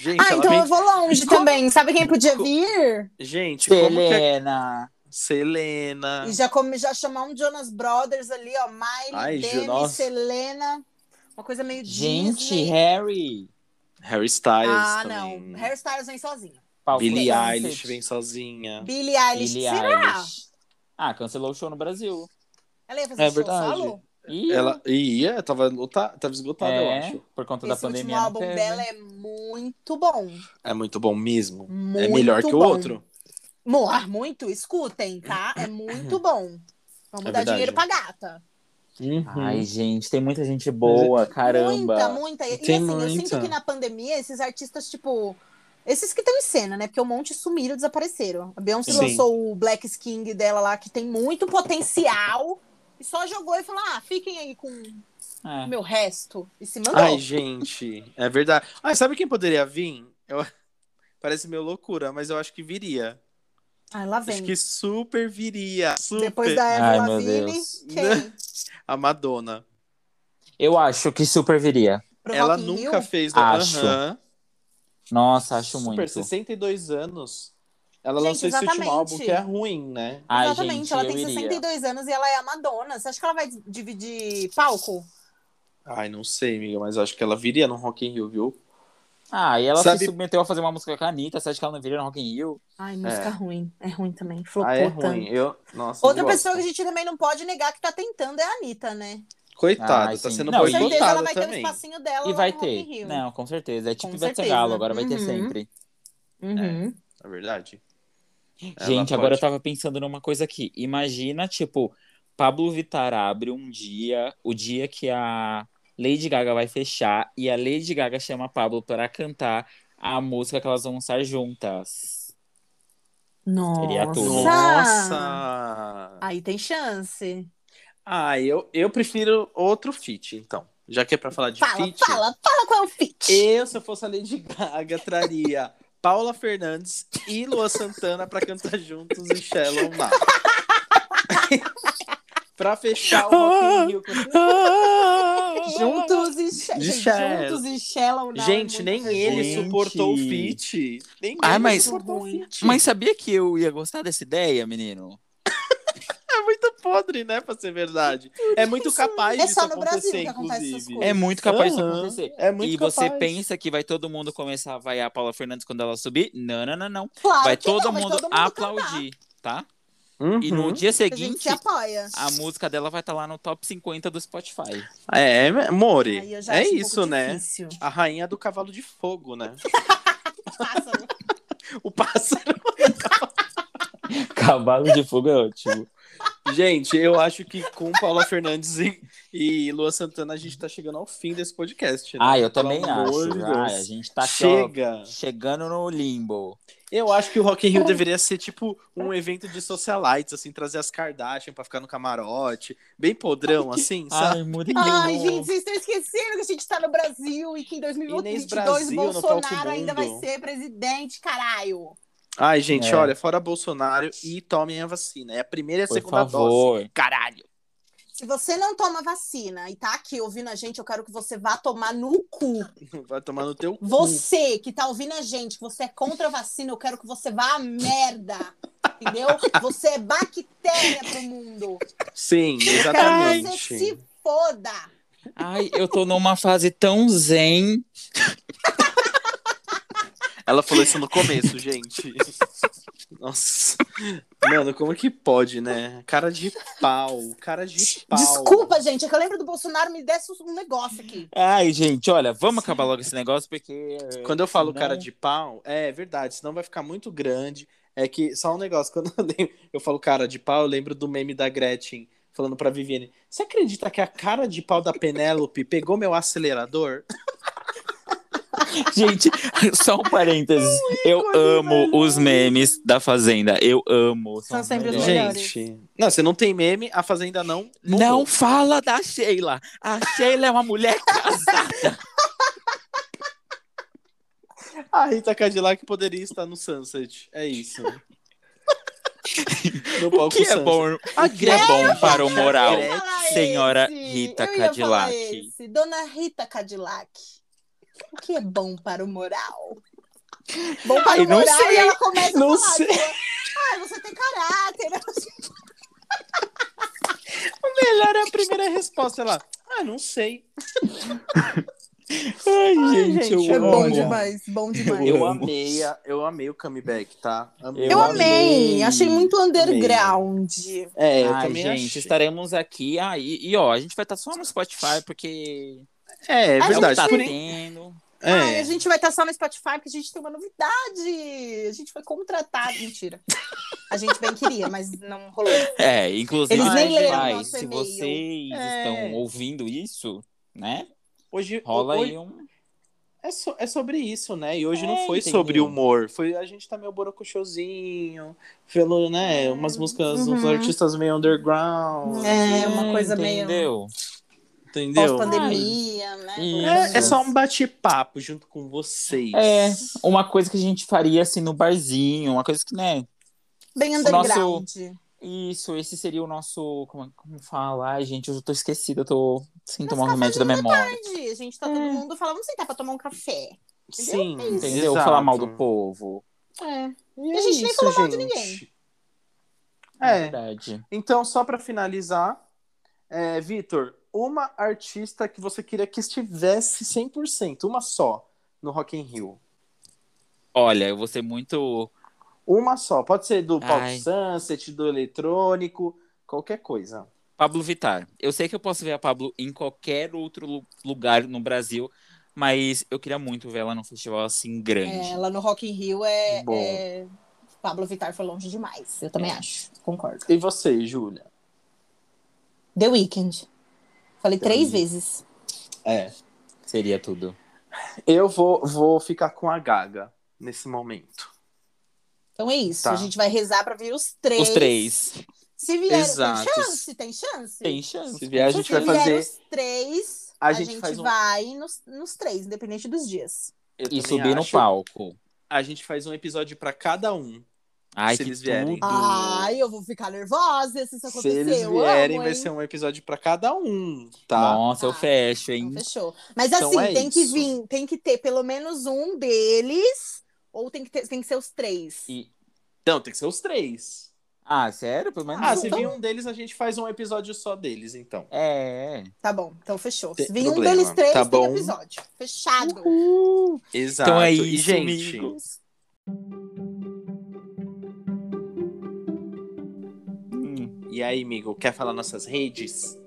Speaker 3: Gente,
Speaker 1: Ah,
Speaker 3: ela
Speaker 1: então
Speaker 3: vem...
Speaker 1: eu vou longe também. Sabe quem podia vir?
Speaker 3: Gente, como que é...
Speaker 2: Helena.
Speaker 3: Selena.
Speaker 1: E já, come, já chamar um Jonas Brothers ali, ó. Miley,
Speaker 3: Ai, Ju,
Speaker 1: Demi,
Speaker 3: nossa.
Speaker 1: Selena. Uma coisa meio
Speaker 2: Gente,
Speaker 1: Disney.
Speaker 2: Harry.
Speaker 3: Harry Styles
Speaker 1: Ah,
Speaker 3: também. né?
Speaker 1: não. Hairstyles vem sozinho.
Speaker 2: Paula
Speaker 3: Billie
Speaker 2: Sunset.
Speaker 3: Eilish vem sozinha.
Speaker 1: Billie Eilish.
Speaker 2: Billie
Speaker 1: será?
Speaker 2: Eilish. Ah, cancelou o show no Brasil.
Speaker 1: Ela ia fazer
Speaker 3: É
Speaker 1: show
Speaker 3: verdade.
Speaker 1: solo?
Speaker 2: Ih,
Speaker 3: Ela ia, tava, luta... tava esgotada, eu
Speaker 2: é,
Speaker 3: acho.
Speaker 2: por conta da
Speaker 1: Esse último
Speaker 2: pandemia. não
Speaker 1: álbum
Speaker 2: teve. né?
Speaker 1: dela é muito bom.
Speaker 3: É muito bom mesmo.
Speaker 1: Muito
Speaker 3: é melhor que o
Speaker 1: bom.
Speaker 3: outro.
Speaker 1: Mo- ah, muito, escutem, tá? É muito bom. Vamos
Speaker 3: Uhum. É
Speaker 1: dar
Speaker 3: verdade.
Speaker 1: dinheiro pra gata. Uhum.
Speaker 2: Ai, gente, tem muita gente boa, caramba.
Speaker 1: é tipo, Muita, muita. E
Speaker 3: Tem
Speaker 1: assim, eu
Speaker 3: muita.
Speaker 1: sinto que na pandemia esses artistas, tipo. Esses que estão em cena, né? Porque um monte sumiram, desapareceram. A Beyoncé
Speaker 3: Sim.
Speaker 1: lançou o Black Skin dela lá, que tem muito potencial. E só jogou e falou: ah, fiquem aí com o
Speaker 2: É.
Speaker 1: meu resto. E se mandou.
Speaker 3: Ai, gente, é verdade. Ai, sabe quem poderia vir? Eu- Parece meio loucura, mas eu acho que viria.
Speaker 1: Ai, lá vem.
Speaker 3: Acho que super viria. Super.
Speaker 1: Tá Depois da
Speaker 2: Ai,
Speaker 1: Eva
Speaker 2: meu
Speaker 1: Lavigne, é
Speaker 2: Deus.
Speaker 1: quem?
Speaker 3: A Madonna.
Speaker 2: Eu acho que super viria.
Speaker 1: Pro
Speaker 3: Ela
Speaker 1: Rock in
Speaker 3: nunca
Speaker 1: Rio?
Speaker 3: fez. no-
Speaker 2: Acho.
Speaker 3: Aham.
Speaker 2: Nossa, acho
Speaker 3: Super,
Speaker 2: muito.
Speaker 3: 62 anos. Ela
Speaker 1: Gente,
Speaker 3: lançou esse último
Speaker 1: exatamente.
Speaker 3: álbum que é ruim, né?
Speaker 2: Ai,
Speaker 1: Exatamente,
Speaker 2: gente,
Speaker 1: ela
Speaker 2: eu
Speaker 1: tem
Speaker 2: iria.
Speaker 1: 62 anos e ela é a Madonna. Você acha que ela vai dividir palco?
Speaker 3: Ai, não sei, amiga, mas acho que ela viria no Rock in Rio, viu?
Speaker 2: Ah, e ela se
Speaker 3: Sabe-
Speaker 2: submeteu a fazer uma música com a Anitta, você acha que ela não viria no Rock in Rio?
Speaker 1: Ai, música
Speaker 3: É.
Speaker 1: ruim. É ruim também. Flopou
Speaker 3: Ah, é
Speaker 1: tanto.
Speaker 3: ruim. Eu, nossa,
Speaker 1: Outra
Speaker 3: não gosto.
Speaker 1: pessoa que a gente também não pode negar que tá tentando é a Anitta, né?
Speaker 3: Coitada,
Speaker 2: Ai,
Speaker 3: tá
Speaker 2: sim.
Speaker 3: sendo
Speaker 2: Não,
Speaker 1: Com
Speaker 2: e-
Speaker 1: certeza ela
Speaker 3: boicotada
Speaker 1: vai ter o
Speaker 3: também.
Speaker 1: espacinho dela
Speaker 2: E
Speaker 1: lá
Speaker 2: vai
Speaker 1: no Rock in
Speaker 2: ter.
Speaker 1: Rio.
Speaker 2: Não, com certeza. É tipo
Speaker 1: Com
Speaker 2: Ivete
Speaker 1: certeza.
Speaker 2: Galo, agora vai ter
Speaker 1: Uhum.
Speaker 2: sempre. é.
Speaker 1: Uhum.
Speaker 3: Na verdade. Ela
Speaker 2: Gente, agora tá eu
Speaker 3: pode-
Speaker 2: tava pensando numa coisa aqui. Imagina, tipo, Pablo Vittar abre um dia, o dia que a Lady Gaga vai fechar, e a Lady Gaga chama Pablo pra cantar a música que elas vão lançar juntas. Seria tudo.
Speaker 1: Nossa!
Speaker 3: Nossa!
Speaker 1: Aí tem chance.
Speaker 3: Ah, eu, eu prefiro outro feat, então. Já que é pra falar de
Speaker 1: fala,
Speaker 3: feat.
Speaker 1: fala, fala qual é o fit.
Speaker 3: Eu, se eu fosse a Lady Gaga, traria Paula Fernandes e Lua Santana pra cantar juntos em Shallow Now. pra fechar o Rock in Rio.
Speaker 1: Juntos e She-
Speaker 3: De
Speaker 1: gente,
Speaker 3: Shell.
Speaker 1: Juntos e Shallow Now é
Speaker 3: Gente,
Speaker 1: muito
Speaker 3: nem
Speaker 1: ruim.
Speaker 3: ele
Speaker 2: Gente.
Speaker 3: suportou o feat. Nem
Speaker 2: Ah,
Speaker 3: ele
Speaker 2: mas-
Speaker 3: suportou o
Speaker 1: Ruim.
Speaker 3: feat.
Speaker 2: Mas sabia que eu ia gostar dessa ideia, menino?
Speaker 3: é muito podre, né, pra ser verdade. É muito capaz
Speaker 1: É
Speaker 3: disso
Speaker 1: só no Brasil
Speaker 3: acontecer,
Speaker 1: que acontece essas
Speaker 3: inclusive.
Speaker 1: coisas.
Speaker 2: É muito capaz disso
Speaker 3: Aham,
Speaker 2: acontecer.
Speaker 3: É muito
Speaker 2: e
Speaker 3: capaz.
Speaker 2: você pensa que vai todo mundo começar a vaiar a Paula Fernandes quando ela subir? Não, não, não, não.
Speaker 1: Claro
Speaker 2: vai
Speaker 1: que
Speaker 2: todo,
Speaker 1: não, vai
Speaker 2: mundo
Speaker 1: cantar.
Speaker 2: aplaudir, tá?
Speaker 3: Uhum.
Speaker 2: E no dia
Speaker 1: A gente
Speaker 2: seguinte,
Speaker 1: se apoia.
Speaker 2: a música dela vai estar lá no top 50 do Spotify.
Speaker 3: É, More.
Speaker 1: Aí eu já
Speaker 3: É
Speaker 1: acho um
Speaker 3: isso,
Speaker 1: pouco
Speaker 3: né?
Speaker 1: difícil.
Speaker 3: A rainha do cavalo de fogo, né?
Speaker 1: Pássaro.
Speaker 3: O pássaro.
Speaker 2: Cavalo de fogo é ótimo.
Speaker 3: gente, eu acho que com Paula Fernandes e, e Lua Santana a gente tá chegando ao fim desse podcast. Né?
Speaker 2: Ah, eu
Speaker 3: Pelo
Speaker 2: também
Speaker 3: amor
Speaker 2: acho.
Speaker 3: de Deus.
Speaker 2: Ai, a gente tá aqui, ó,
Speaker 3: Chega.
Speaker 2: chegando no limbo.
Speaker 3: Eu acho que o Rock in Rio deveria ser tipo um evento de socialites, assim, trazer as Kardashian pra ficar no camarote, bem podrão, assim, sabe?
Speaker 2: Ai, Murilo.
Speaker 1: Ai, gente, vocês estão esquecendo que a gente tá no Brasil e que em
Speaker 3: Inês
Speaker 1: 2022
Speaker 3: Brasil no palco
Speaker 1: Bolsonaro ainda vai
Speaker 3: mundo.
Speaker 1: ser presidente, caralho.
Speaker 3: Ai, gente,
Speaker 2: É.
Speaker 3: olha, fora Bolsonaro e tomem a vacina. É a primeira e a
Speaker 2: Por
Speaker 3: segunda
Speaker 2: favor.
Speaker 3: dose. Caralho.
Speaker 1: Se você não toma vacina e tá aqui ouvindo a gente, eu quero que você vá tomar no cu.
Speaker 3: Vai tomar no teu cu.
Speaker 1: Você que tá ouvindo a gente, que você é contra a vacina, eu quero que você vá à merda. Entendeu? Você é bactéria pro mundo.
Speaker 3: Sim,
Speaker 1: Eu quero que
Speaker 3: exatamente.
Speaker 1: você se foda.
Speaker 2: Ai, eu tô numa fase tão zen.
Speaker 3: Ela falou isso no começo, gente. Nossa. Mano, como que pode, né? Cara de pau. Cara de pau.
Speaker 1: Desculpa, gente, é que eu lembro do Bolsonaro me desse um negócio aqui.
Speaker 2: Ai, gente, olha, vamos acabar logo esse negócio, porque.
Speaker 3: Quando eu falo
Speaker 2: Não.
Speaker 3: cara de pau, é verdade, senão vai ficar muito grande. É que só um negócio, quando eu, lembro- eu falo cara de pau, eu lembro do meme da Gretchen falando pra Viviane: Você acredita que a cara de pau da Penélope pegou meu acelerador?
Speaker 2: Gente, só um parênteses. Eu amo os memes da Fazenda. Eu amo.
Speaker 1: São
Speaker 2: os
Speaker 1: sempre os
Speaker 2: melhores.
Speaker 1: melhores.
Speaker 3: Gente, não, você não tem meme, a Fazenda não. mudou.
Speaker 2: Não fala da Sheila. A Sheila é uma mulher casada.
Speaker 3: A Rita Cadillac poderia estar no Sunset. É isso. No
Speaker 2: O
Speaker 3: palco
Speaker 2: que é
Speaker 3: Sunset.
Speaker 2: bom? O que é bom para o moral?
Speaker 1: Eu ia falar
Speaker 2: senhora
Speaker 1: esse,
Speaker 2: Rita
Speaker 1: eu ia falar
Speaker 2: Cadillac.
Speaker 1: esse. Dona Rita Cadillac. O que é bom para o moral? Bom para
Speaker 2: Ai,
Speaker 1: o
Speaker 2: não
Speaker 1: moral
Speaker 2: sei,
Speaker 1: e ela começa
Speaker 2: não
Speaker 1: a falar.
Speaker 2: sei.
Speaker 1: tipo, Ai, você tem caráter. né,
Speaker 3: Melhor é a primeira resposta lá. Ah, não sei.
Speaker 2: Ai, gente,
Speaker 3: gente,
Speaker 2: eu
Speaker 3: é
Speaker 2: amo.
Speaker 3: bom demais.
Speaker 1: bom
Speaker 2: demais.
Speaker 3: Eu
Speaker 2: amo.
Speaker 3: amei, a- eu amei o comeback, tá?
Speaker 1: Eu amei,
Speaker 2: amei.
Speaker 1: achei muito underground.
Speaker 3: É, eu
Speaker 2: Ai,
Speaker 3: também
Speaker 2: gente,
Speaker 3: achei.
Speaker 2: estaremos aqui aí. E ó, a gente vai estar só no Spotify, porque
Speaker 3: É, é
Speaker 1: A
Speaker 2: não
Speaker 3: verdade.
Speaker 2: tá
Speaker 3: Por en-
Speaker 2: tendo.
Speaker 3: é.
Speaker 1: Ai, a gente vai estar só no Spotify porque a gente tem uma novidade. A gente foi contratado. Mentira. A gente bem queria, mas não rolou.
Speaker 2: É, inclusive,
Speaker 1: Eles
Speaker 3: nem leram
Speaker 2: vai,
Speaker 1: nosso
Speaker 2: se
Speaker 1: e-mail.
Speaker 2: vocês
Speaker 3: É.
Speaker 2: estão ouvindo isso, né?
Speaker 3: Hoje
Speaker 2: Rola
Speaker 3: hoje-
Speaker 2: aí um.
Speaker 3: É, so- é sobre isso, né? E hoje
Speaker 2: É,
Speaker 3: não foi
Speaker 2: entendeu?
Speaker 3: sobre humor. Foi a gente tá meio borocochôzinho, pelo, né? Umas músicas, uns
Speaker 1: Uhum.
Speaker 3: artistas meio underground.
Speaker 1: É, uma coisa meio-
Speaker 2: Entendeu?
Speaker 3: Entendeu?
Speaker 1: Pós-pandemia, né?
Speaker 2: Isso.
Speaker 3: É, é só um bate-papo junto com vocês.
Speaker 2: É, uma coisa que a gente faria assim no barzinho, uma coisa que, né?
Speaker 1: Bem
Speaker 2: O nosso-
Speaker 1: underground.
Speaker 2: Isso, esse seria o nosso. Como, como fala? Ai, gente, eu já tô esquecida, eu tô sem tomar o
Speaker 1: cafés
Speaker 2: remédio da
Speaker 1: da
Speaker 2: memória.
Speaker 1: Tarde, a gente tá todo mundo falando, vamos sentar pra tomar um café.
Speaker 3: Sim,
Speaker 2: Entendeu?
Speaker 3: exato.
Speaker 2: Falar mal do povo.
Speaker 1: É.
Speaker 3: E
Speaker 1: A gente nem falou mal de ninguém.
Speaker 2: É.
Speaker 3: É,
Speaker 2: Verdade.
Speaker 3: então só pra finalizar, é, Vitor, uma artista que você queria que estivesse 100%, uma só, no Rock in Rio.
Speaker 2: Olha, eu vou ser muito.
Speaker 3: Uma só, pode ser do
Speaker 2: Ai.
Speaker 3: Pop Sunset, do eletrônico, qualquer coisa.
Speaker 2: Pablo Vittar. Eu sei que eu posso ver a Pablo em qualquer outro lu- lugar no Brasil, mas eu queria muito ver ela num festival assim grande.
Speaker 1: Ela no Rock in Rio é,
Speaker 3: Boa. É.
Speaker 1: é- Pablo Vittar foi longe demais. Eu também acho. Concordo.
Speaker 3: E você, Júlia?
Speaker 1: The Weeknd. Falei
Speaker 3: The
Speaker 1: três
Speaker 3: Weeknd.
Speaker 1: vezes.
Speaker 3: É.
Speaker 2: Seria tudo.
Speaker 3: Eu vou, vou ficar com a Gaga nesse momento.
Speaker 1: Então é isso.
Speaker 3: Tá.
Speaker 1: A gente vai rezar pra ver os três.
Speaker 2: Os três.
Speaker 1: Se vier, tem
Speaker 3: Exato.
Speaker 1: chance? Tem chance?
Speaker 2: Tem chance.
Speaker 3: Se vier, a gente
Speaker 1: Se
Speaker 3: vai
Speaker 1: vier
Speaker 3: fazer.
Speaker 1: os três,
Speaker 3: A
Speaker 1: a,
Speaker 3: gente
Speaker 1: gente,
Speaker 3: faz um-
Speaker 1: vai nos, nos três, independente dos dias.
Speaker 3: Eu
Speaker 2: E
Speaker 3: também
Speaker 2: subir no
Speaker 3: acho.
Speaker 2: palco.
Speaker 3: A gente faz um episódio pra cada um.
Speaker 2: Ai,
Speaker 3: Se
Speaker 2: que
Speaker 3: eles vierem.
Speaker 2: tudo.
Speaker 1: Ai, eu vou ficar nervosa se isso
Speaker 3: Se
Speaker 1: acontecer.
Speaker 3: eles
Speaker 1: Eu
Speaker 3: vierem,
Speaker 1: amo,
Speaker 3: vai
Speaker 1: hein?
Speaker 3: ser um episódio pra cada um, tá?
Speaker 2: Nossa, eu
Speaker 1: Tá.
Speaker 2: fecho, hein?
Speaker 1: Então, fechou. Mas
Speaker 3: Então
Speaker 1: assim,
Speaker 3: é
Speaker 1: tem que
Speaker 3: isso.
Speaker 1: vir, tem que ter pelo menos um deles, ou tem que, ter, tem que ser os três.
Speaker 2: E-
Speaker 3: Não, tem que ser os três.
Speaker 2: Ah, sério? Pelo menos.
Speaker 3: Ah,
Speaker 2: um.
Speaker 3: se
Speaker 1: então-
Speaker 3: vir um deles, a gente faz um episódio só deles, então.
Speaker 2: É.
Speaker 1: Tá bom, então fechou.
Speaker 3: Tem
Speaker 1: Se vir um
Speaker 3: problema,
Speaker 1: deles três,
Speaker 3: tá
Speaker 1: tem
Speaker 3: bom.
Speaker 1: episódio. Fechado.
Speaker 3: Exato.
Speaker 2: Então é
Speaker 3: E,
Speaker 2: isso,
Speaker 3: gente.
Speaker 2: amigos.
Speaker 3: E aí, amigo, quer falar nossas redes?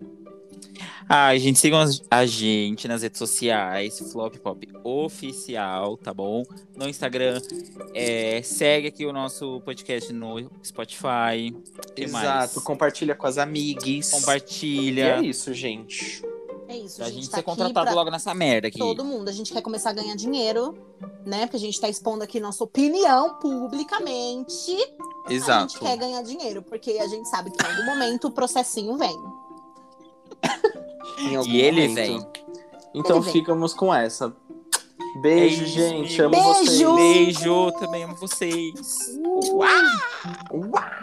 Speaker 2: Ai, gente, sigam as- Ah, a gente nas redes sociais, Flop Pop Oficial, tá bom? No Instagram. é, segue aqui o nosso podcast no Spotify. Que
Speaker 3: Exato.
Speaker 2: mais?
Speaker 3: Compartilha com as amigas. E
Speaker 2: Compartilha.
Speaker 3: é isso, gente.
Speaker 1: É isso,
Speaker 2: Pra
Speaker 1: a
Speaker 2: gente,
Speaker 1: gente, tá
Speaker 2: ser
Speaker 1: aqui
Speaker 2: contratado
Speaker 1: pra
Speaker 2: logo nessa merda aqui.
Speaker 1: todo mundo. A gente quer começar a ganhar dinheiro, né? Porque a gente tá expondo aqui nossa opinião publicamente. A
Speaker 3: Exato.
Speaker 1: gente quer ganhar dinheiro, porque a gente sabe que em algum momento o processinho vem.
Speaker 3: Em algum
Speaker 2: E ele
Speaker 3: momento.
Speaker 2: vem.
Speaker 3: Então
Speaker 1: Ele vem.
Speaker 3: ficamos com essa. Beijo,
Speaker 2: É isso,
Speaker 3: gente.
Speaker 2: amigo.
Speaker 3: Amo
Speaker 1: Beijo.
Speaker 3: vocês.
Speaker 2: Beijo, também amo vocês.
Speaker 3: Uau!